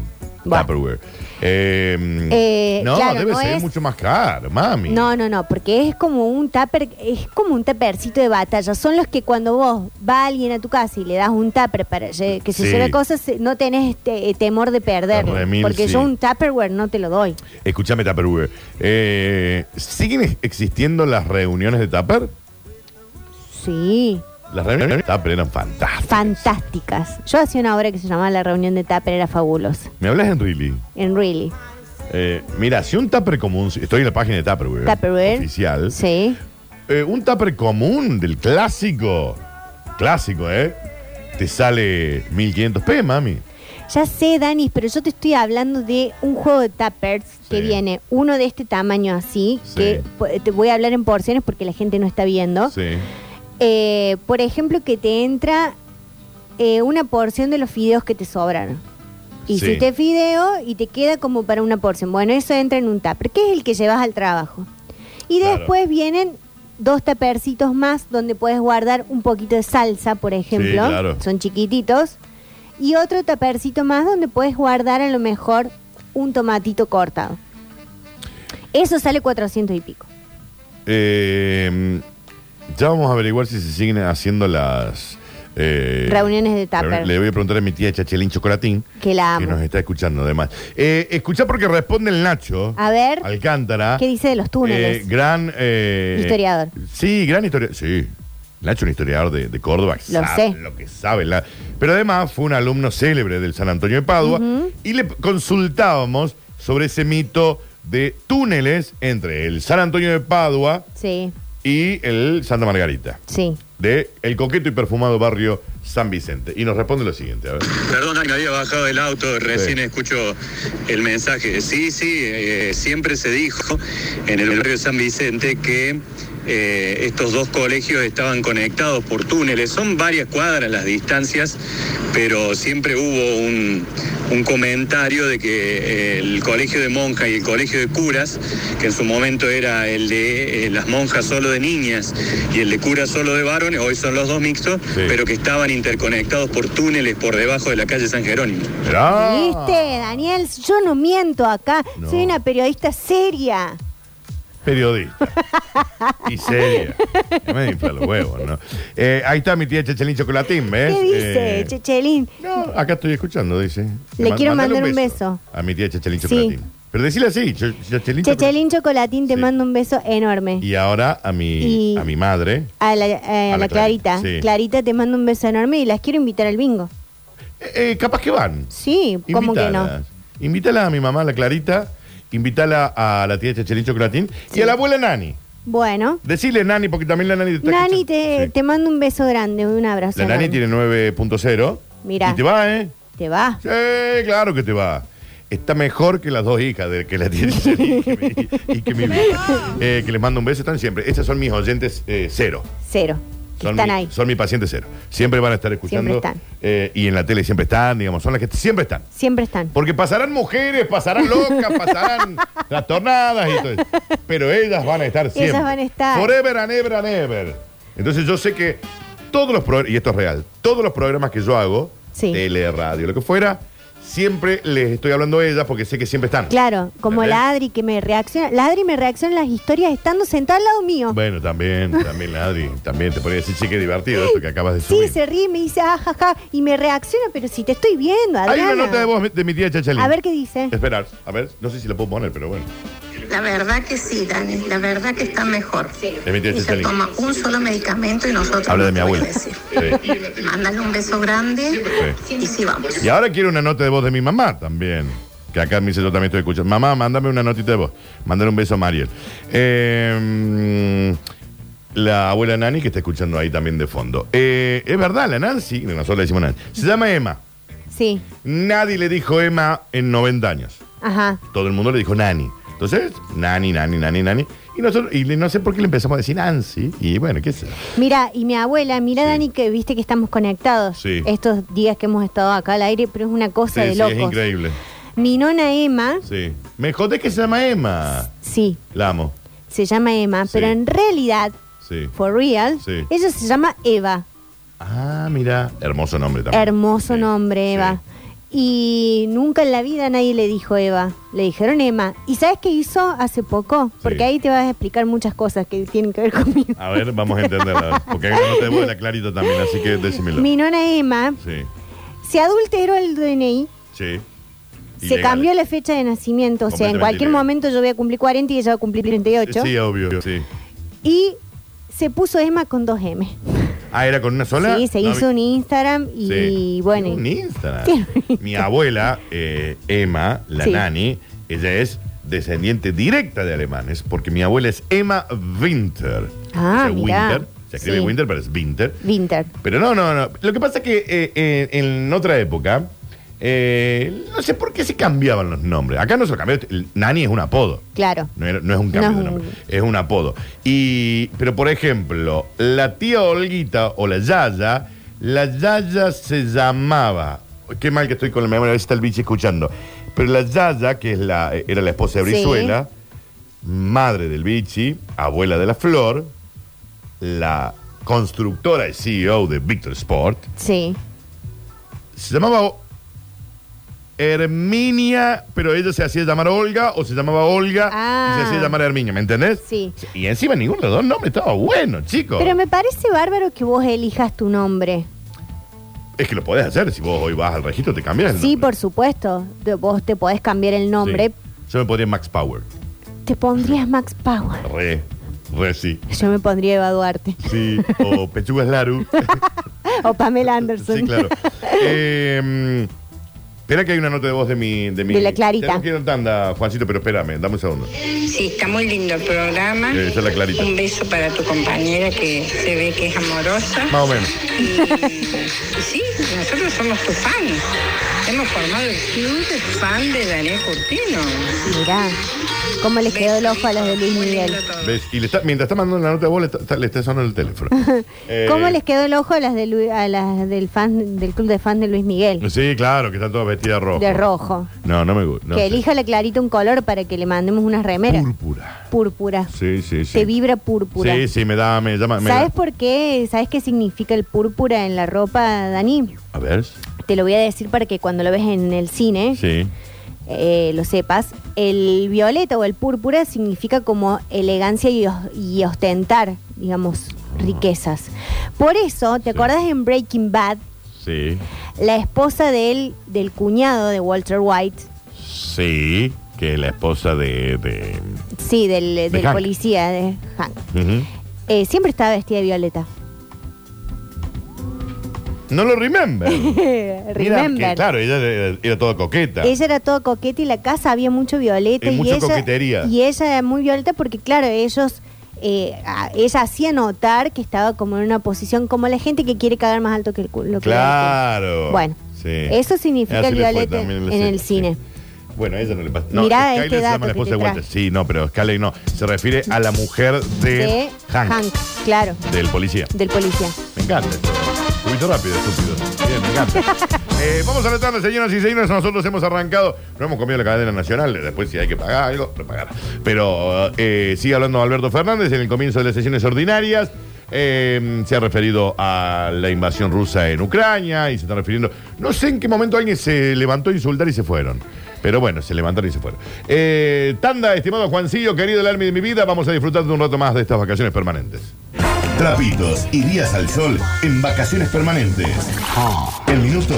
S3: Bueno.
S2: Tupperware. Eh,
S3: Eh,
S2: no,
S3: claro,
S2: debe
S3: no
S2: ser
S3: es-
S2: mucho más caro, mami.
S3: No, no, no, porque es como un tupper, es como un tuppercito de batalla. Son los que cuando vos va alguien a tu casa y le das un tupper para lle- que se
S2: Sí.
S3: lleve cosas, se- no tenés este, eh, temor de perderlo.
S2: Remil,
S3: porque
S2: sí.
S3: yo un tupperware no te lo doy.
S2: Escúchame, Tupperware. Eh, ¿Siguen ex- existiendo las reuniones de Tupper?
S3: Sí,
S2: Las reuniones de Tupper eran fantásticas.
S3: fantásticas. Yo hacía una obra que se llamaba La reunión de tupper, era fabulosa.
S2: ¿Me hablas en Really?
S3: En Really.
S2: Eh, mira, si un tupper común, estoy en la página de Tupperware,
S3: Tupperware.
S2: oficial,
S3: Sí.
S2: Eh, un tupper común del clásico, clásico, ¿eh? Te sale 1500 p, mami.
S3: Ya sé, Danis, pero yo te estoy hablando de un juego de tappers que
S2: Sí.
S3: viene uno de este tamaño así,
S2: Sí.
S3: que po- te voy a hablar en porciones porque la gente no está viendo.
S2: Sí.
S3: Eh, por ejemplo, que te entra eh, una porción de los fideos que te sobraron. Y
S2: Sí.
S3: si te fideo y te queda como para una porción. Bueno, eso entra en un tupper, que es el que llevas al trabajo. Y
S2: Claro.
S3: después vienen dos tapercitos más donde puedes guardar un poquito de salsa, por ejemplo.
S2: claro.
S3: Son chiquititos. Y otro tapercito más donde puedes guardar a lo mejor un tomatito cortado. Eso sale 400 y pico.
S2: Eh, ya vamos a averiguar si se siguen haciendo las... eh,
S3: Reuniones de tupper.
S2: reuniones. Le voy a preguntar a mi tía Chachelín Chocolatín,
S3: Que la
S2: que
S3: amo.
S2: nos está escuchando además. Eh, escucha porque responde el Nacho.
S3: A ver,
S2: Alcántara.
S3: ¿qué dice de los túneles?
S2: Ah, Eh, gran eh,
S3: Historiador.
S2: Sí, gran historiador. Sí. Nacho, un historiador de, de Córdoba, que
S3: Lo
S2: sabe
S3: sé.
S2: lo que sabe. la- Pero además fue un alumno célebre del San Antonio de Padua y le consultábamos sobre ese mito de túneles entre el San Antonio de Padua
S3: Sí,
S2: y el Santa Margarita,
S3: sí.
S2: de el coqueto y perfumado barrio San Vicente. Y nos responde lo siguiente, a ver.
S8: Perdona que había bajado el auto, recién
S2: Sí.
S8: escucho el mensaje. Sí, sí, eh, siempre se dijo en el barrio San Vicente que eh, estos dos colegios estaban conectados por túneles. Son varias cuadras las distancias, pero siempre hubo un, un comentario de que eh, el colegio de monjas y el colegio de curas, que en su momento era el de eh, las monjas solo de niñas y el de curas solo de varones, hoy son los dos mixtos,
S2: Sí.
S8: pero que estaban interconectados por túneles por debajo de la calle San Jerónimo.
S2: Mirá.
S3: ¿Viste, Daniel? Yo no miento acá.
S2: Ah. No.
S3: Soy una periodista seria.
S2: periodista. y seria. Me infla los huevos, ¿no? Eh, ahí está mi tía Chachelín Chocolatín, ¿ves?
S3: ¿Qué dice,
S2: Eh,
S3: Chechelín?
S2: No, acá estoy escuchando, dice.
S3: Le quiero
S2: mandale
S3: mandar un beso.
S2: A mi tía Chachelín
S3: Sí.
S2: Chocolatín. Pero decíle así, Ch- Chachelín Chocolatín.
S3: Chechelín Chocolatín, te
S2: Sí.
S3: mando un beso enorme.
S2: Y ahora a mi,
S3: Y-
S2: a mi madre.
S3: A la, eh,
S2: A la
S3: a la Clarita.
S2: Clarita, sí.
S3: Clarita, te mando un beso enorme y las quiero invitar al bingo.
S2: Eh, eh, capaz que van.
S3: Sí, ¿cómo que no?
S2: Invítalas. Invítala a mi mamá, la Clarita. Invítala a la tía Chachelín Chocolatín. Y a la abuela Nani.
S3: Bueno,
S2: Decirle Nani, porque también la Nani te está
S3: Nani,
S2: escuchando.
S3: te,
S2: Sí.
S3: te mando un beso grande, un abrazo.
S2: La Nani
S3: enorme.
S2: tiene 9.0.
S3: Mirá.
S2: Y te va, ¿eh?
S3: Te va.
S2: Sí, claro que te va. Está mejor que las dos hijas de que la tiene y que mi, y que mi vieja. Eh, que les mando un beso, están siempre. Esas son mis oyentes eh, cero.
S3: Cero. Que
S2: Son
S3: están
S2: mi,
S3: ahí.
S2: Son mi paciente cero. Siempre van a estar escuchando.
S3: Siempre están.
S2: eh, y en la tele siempre están, digamos, son las que siempre están.
S3: Siempre están.
S2: Porque pasarán mujeres, pasarán locas, pasarán trastornadas y todo eso. Pero ellas van a estar siempre.
S3: van a estar.
S2: Forever and ever and ever. Entonces yo sé que todos los programas, y esto es real, todos los programas que yo hago,
S3: Sí.
S2: tele, radio, lo que fuera, Siempre les estoy hablando a ellas porque sé que siempre están.
S3: Claro, como
S2: ¿Entendés?
S3: la Adri que me reacciona. La Adri me reacciona en las historias estando sentada al lado mío.
S2: Bueno, también, también, la Adri. También te podría decir, che, qué divertido esto que acabas de subir.
S3: Sí, se ríe y me dice, ajaja, y me reacciona, pero si te estoy viendo,
S2: Hay
S3: Adriana.
S2: una nota de voz de mi tía Chachalín.
S3: A ver qué dice.
S2: Esperar, a ver, no sé si la puedo poner, pero bueno.
S9: La verdad que sí, Dani, la verdad que está mejor.
S2: Le metí el
S9: Ella
S2: chicharrín.
S9: toma un solo medicamento y nosotros
S2: Habla
S9: no
S2: de mi
S9: te voy a
S2: abuela. Sí.
S9: decir. Mándale un beso grande
S2: Sí.
S9: y sí vamos.
S2: Y ahora quiero una nota de voz de mi mamá también. Que acá me dice yo también estoy escuchando. Mamá, mándame una notita de voz. Mándale un beso a Mariel. Eh, mm, la abuela Nani que está escuchando ahí también de fondo. Eh, es verdad, la Nancy, nosotros le decimos Nancy. Se llama Emma.
S3: Sí,
S2: Nadie le dijo Emma en 90 años.
S3: ajá.
S2: Todo el mundo le dijo Nani. Entonces, Nani, Nani, Nani, Nani. Y nosotros, y le- no sé por qué le empezamos a decir Nancy. Y bueno, qué sé. yo.
S3: Mira, y mi abuela, mira
S2: Sí.
S3: Dani, que viste que estamos conectados
S2: Sí.
S3: estos días que hemos estado acá al aire, pero es una cosa
S2: Sí,
S3: de
S2: sí,
S3: locos.
S2: es increíble.
S3: Mi nona Emma,
S2: Sí. Me jodé que se llama Emma.
S3: sí,
S2: La amo.
S3: se llama Emma,
S2: Sí.
S3: pero en realidad,
S2: Sí.
S3: for real,
S2: Sí.
S3: ella se llama Eva.
S2: Ah, mira. Hermoso nombre también.
S3: Hermoso
S2: Sí,
S3: nombre,
S2: sí.
S3: Eva. Y nunca en la vida nadie le dijo Eva, le dijeron Emma. ¿Y sabes qué hizo hace poco? Porque ahí te vas a explicar muchas cosas que tienen que ver conmigo.
S2: A ver, vamos a entenderla. a ver, Porque hay una nota de voz de la Clarita también, así que decímelo.
S3: Mi nona Emma
S2: Sí,
S3: se adulteró el DNI,
S2: sí.
S3: se cambió la fecha de nacimiento, o sea, en
S2: Completamente
S3: cualquier
S2: ilegal.
S3: momento yo voy a cumplir 40 y ella va a cumplir 38.
S2: Sí, obvio. Sí.
S3: Y se puso Emma con dos M.
S2: Ah, ¿era con una sola?
S3: Sí, se
S2: No,
S3: hizo
S2: vi-
S3: un Instagram y,
S2: Sí.
S3: bueno.
S2: Un Instagram.
S3: Tiene un
S2: Mi abuela, eh, Emma, la
S3: Sí.
S2: nani, ella es descendiente directa de alemanes, porque mi abuela es Emma Winter.
S3: Ah,
S2: O sea,
S3: mirá.
S2: Winter. Se escribe
S3: Sí.
S2: Winter, pero es Winter.
S3: Winter.
S2: Pero no, no, no. Lo que pasa es que eh, eh, en otra época, eh, no sé por qué se cambiaban los nombres. Acá no se lo cambió. El Nani es un apodo.
S3: Claro.
S2: No, era- no es un cambio de
S3: No es un-
S2: nombre, es un apodo. Y, pero por ejemplo, la tía Olguita o la Yaya, la Yaya se llamaba. Qué mal que estoy con la memoria, a ver si está el bicho escuchando. Pero la Yaya, que es la, era la esposa de
S3: Sí.
S2: Brizuela, madre del bichi, abuela de la flor, la constructora y CEO de Victor Sport,
S3: Sí.
S2: se llamaba Herminia, pero ella se hacía llamar Olga o se llamaba Olga
S3: Ah.
S2: y se hacía llamar Herminia, ¿me entendés?
S3: Sí.
S2: Y encima ninguno de los dos nombres estaba bueno, chicos.
S3: Pero me parece bárbaro que vos elijas tu nombre.
S2: Es que lo podés hacer, si vos hoy vas al registro te cambias. el
S3: Sí,
S2: nombre.
S3: por supuesto. De- Vos te podés cambiar el
S2: Sí.
S3: nombre.
S2: Yo me pondría Max Power.
S3: Te pondrías Max Power.
S2: Re, re sí.
S3: Yo me pondría Eva Duarte.
S2: Sí, o Pechugas Laru.
S3: O Pamela Anderson.
S2: Sí, claro. Eh, mm, espera que hay una nota de voz de mi... De, mi,
S3: De la Clarita.
S2: Ya no quiero tanda, Juancito, pero espérame, dame un segundo.
S9: Sí, está muy lindo el programa.
S2: Eh, esa es la Clarita.
S9: Un beso para tu compañera que se ve que es amorosa.
S2: Más o menos.
S9: Y sí, nosotros somos tus fans. Hemos formado el club de fan de Daniel Curtino.
S3: Mirá, cómo les quedó el ojo a los de Luis
S9: Muy
S3: Miguel.
S9: lindo todo.
S2: ¿Ves? Y le está- mientras está mandando la nota de voz, le está, está- le está sonando el teléfono. Eh,
S3: ¿Cómo les quedó el ojo a las, de Lu- a las del, fan, del club de fan de Luis Miguel?
S2: Sí, claro, que están todas vestidas de rojo.
S3: De rojo.
S2: No, no me gusta.
S3: que elija la clarita un color para que le mandemos unas remeras.
S2: Púrpura.
S3: Púrpura.
S2: Sí, sí, sí.
S3: Te vibra púrpura.
S2: Sí, sí, me da, me llama. me da-
S3: ¿Sabes por qué? ¿Sabes qué significa el púrpura en la ropa, Dani?
S2: A ver.
S3: Te lo voy a decir para que cuando lo ves en el cine
S2: Sí.
S3: eh, lo sepas. El violeta o el púrpura significa como elegancia y, os- y ostentar, digamos, riquezas. Por eso, ¿te
S2: Sí.
S3: acordás en Breaking Bad?
S2: Sí.
S3: La esposa de él, del cuñado de Walter White,
S2: Sí. Que la esposa de. de-
S3: sí, del, del
S2: Hank.
S3: policía de Hank,
S2: Ujú.
S3: eh, siempre estaba vestida de violeta.
S2: No lo remember. Mira,
S3: Remember.
S2: que, claro, ella era, era toda coqueta.
S3: Ella era toda coqueta y la casa había mucho violeta.
S2: Y
S3: Y,
S2: mucha
S3: ella,
S2: coquetería.
S3: Y ella era muy violeta porque, claro, ellos. eh, a- ella hacía notar que estaba como en una posición como la gente que quiere cagar más alto que el culo.
S2: Claro.
S3: Bueno,
S2: Sí.
S3: eso significa
S2: Así
S3: el
S2: Ah, le fue
S3: violeta
S2: también
S3: en el
S2: sí.
S3: cine.
S2: Bueno, a ella no le pasa. No,
S3: Mirá
S2: Skyler
S3: este
S2: se llama
S3: dato
S2: la
S3: que
S2: esposa
S3: te
S2: de Walter.
S3: traje.
S2: Sí, no, pero Skyler no. Se refiere a la mujer de,
S3: De
S2: Hank,
S3: Hank, claro,
S2: Del policía.
S3: del policía.
S2: Me encanta esto. Un poquito rápido, estúpido. Bien, me encanta. Eh, vamos a la tanda, señoras y señores. Nosotros hemos arrancado. No hemos comido la cadena nacional. Después, si hay que pagar algo, lo pagará. Pero eh, sigue hablando Alberto Fernández en el comienzo de las sesiones ordinarias. Eh, se ha referido a la invasión rusa en Ucrania y se está refiriendo. No sé en qué momento alguien se levantó a insultar y se fueron. Pero bueno, se levantaron y se fueron. Eh, tanda, estimado Juancillo, querido el army de mi vida, vamos a disfrutar de un rato más de estas vacaciones permanentes.
S10: Trapitos y días al sol en vacaciones permanentes. En minutos,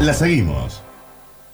S10: la seguimos.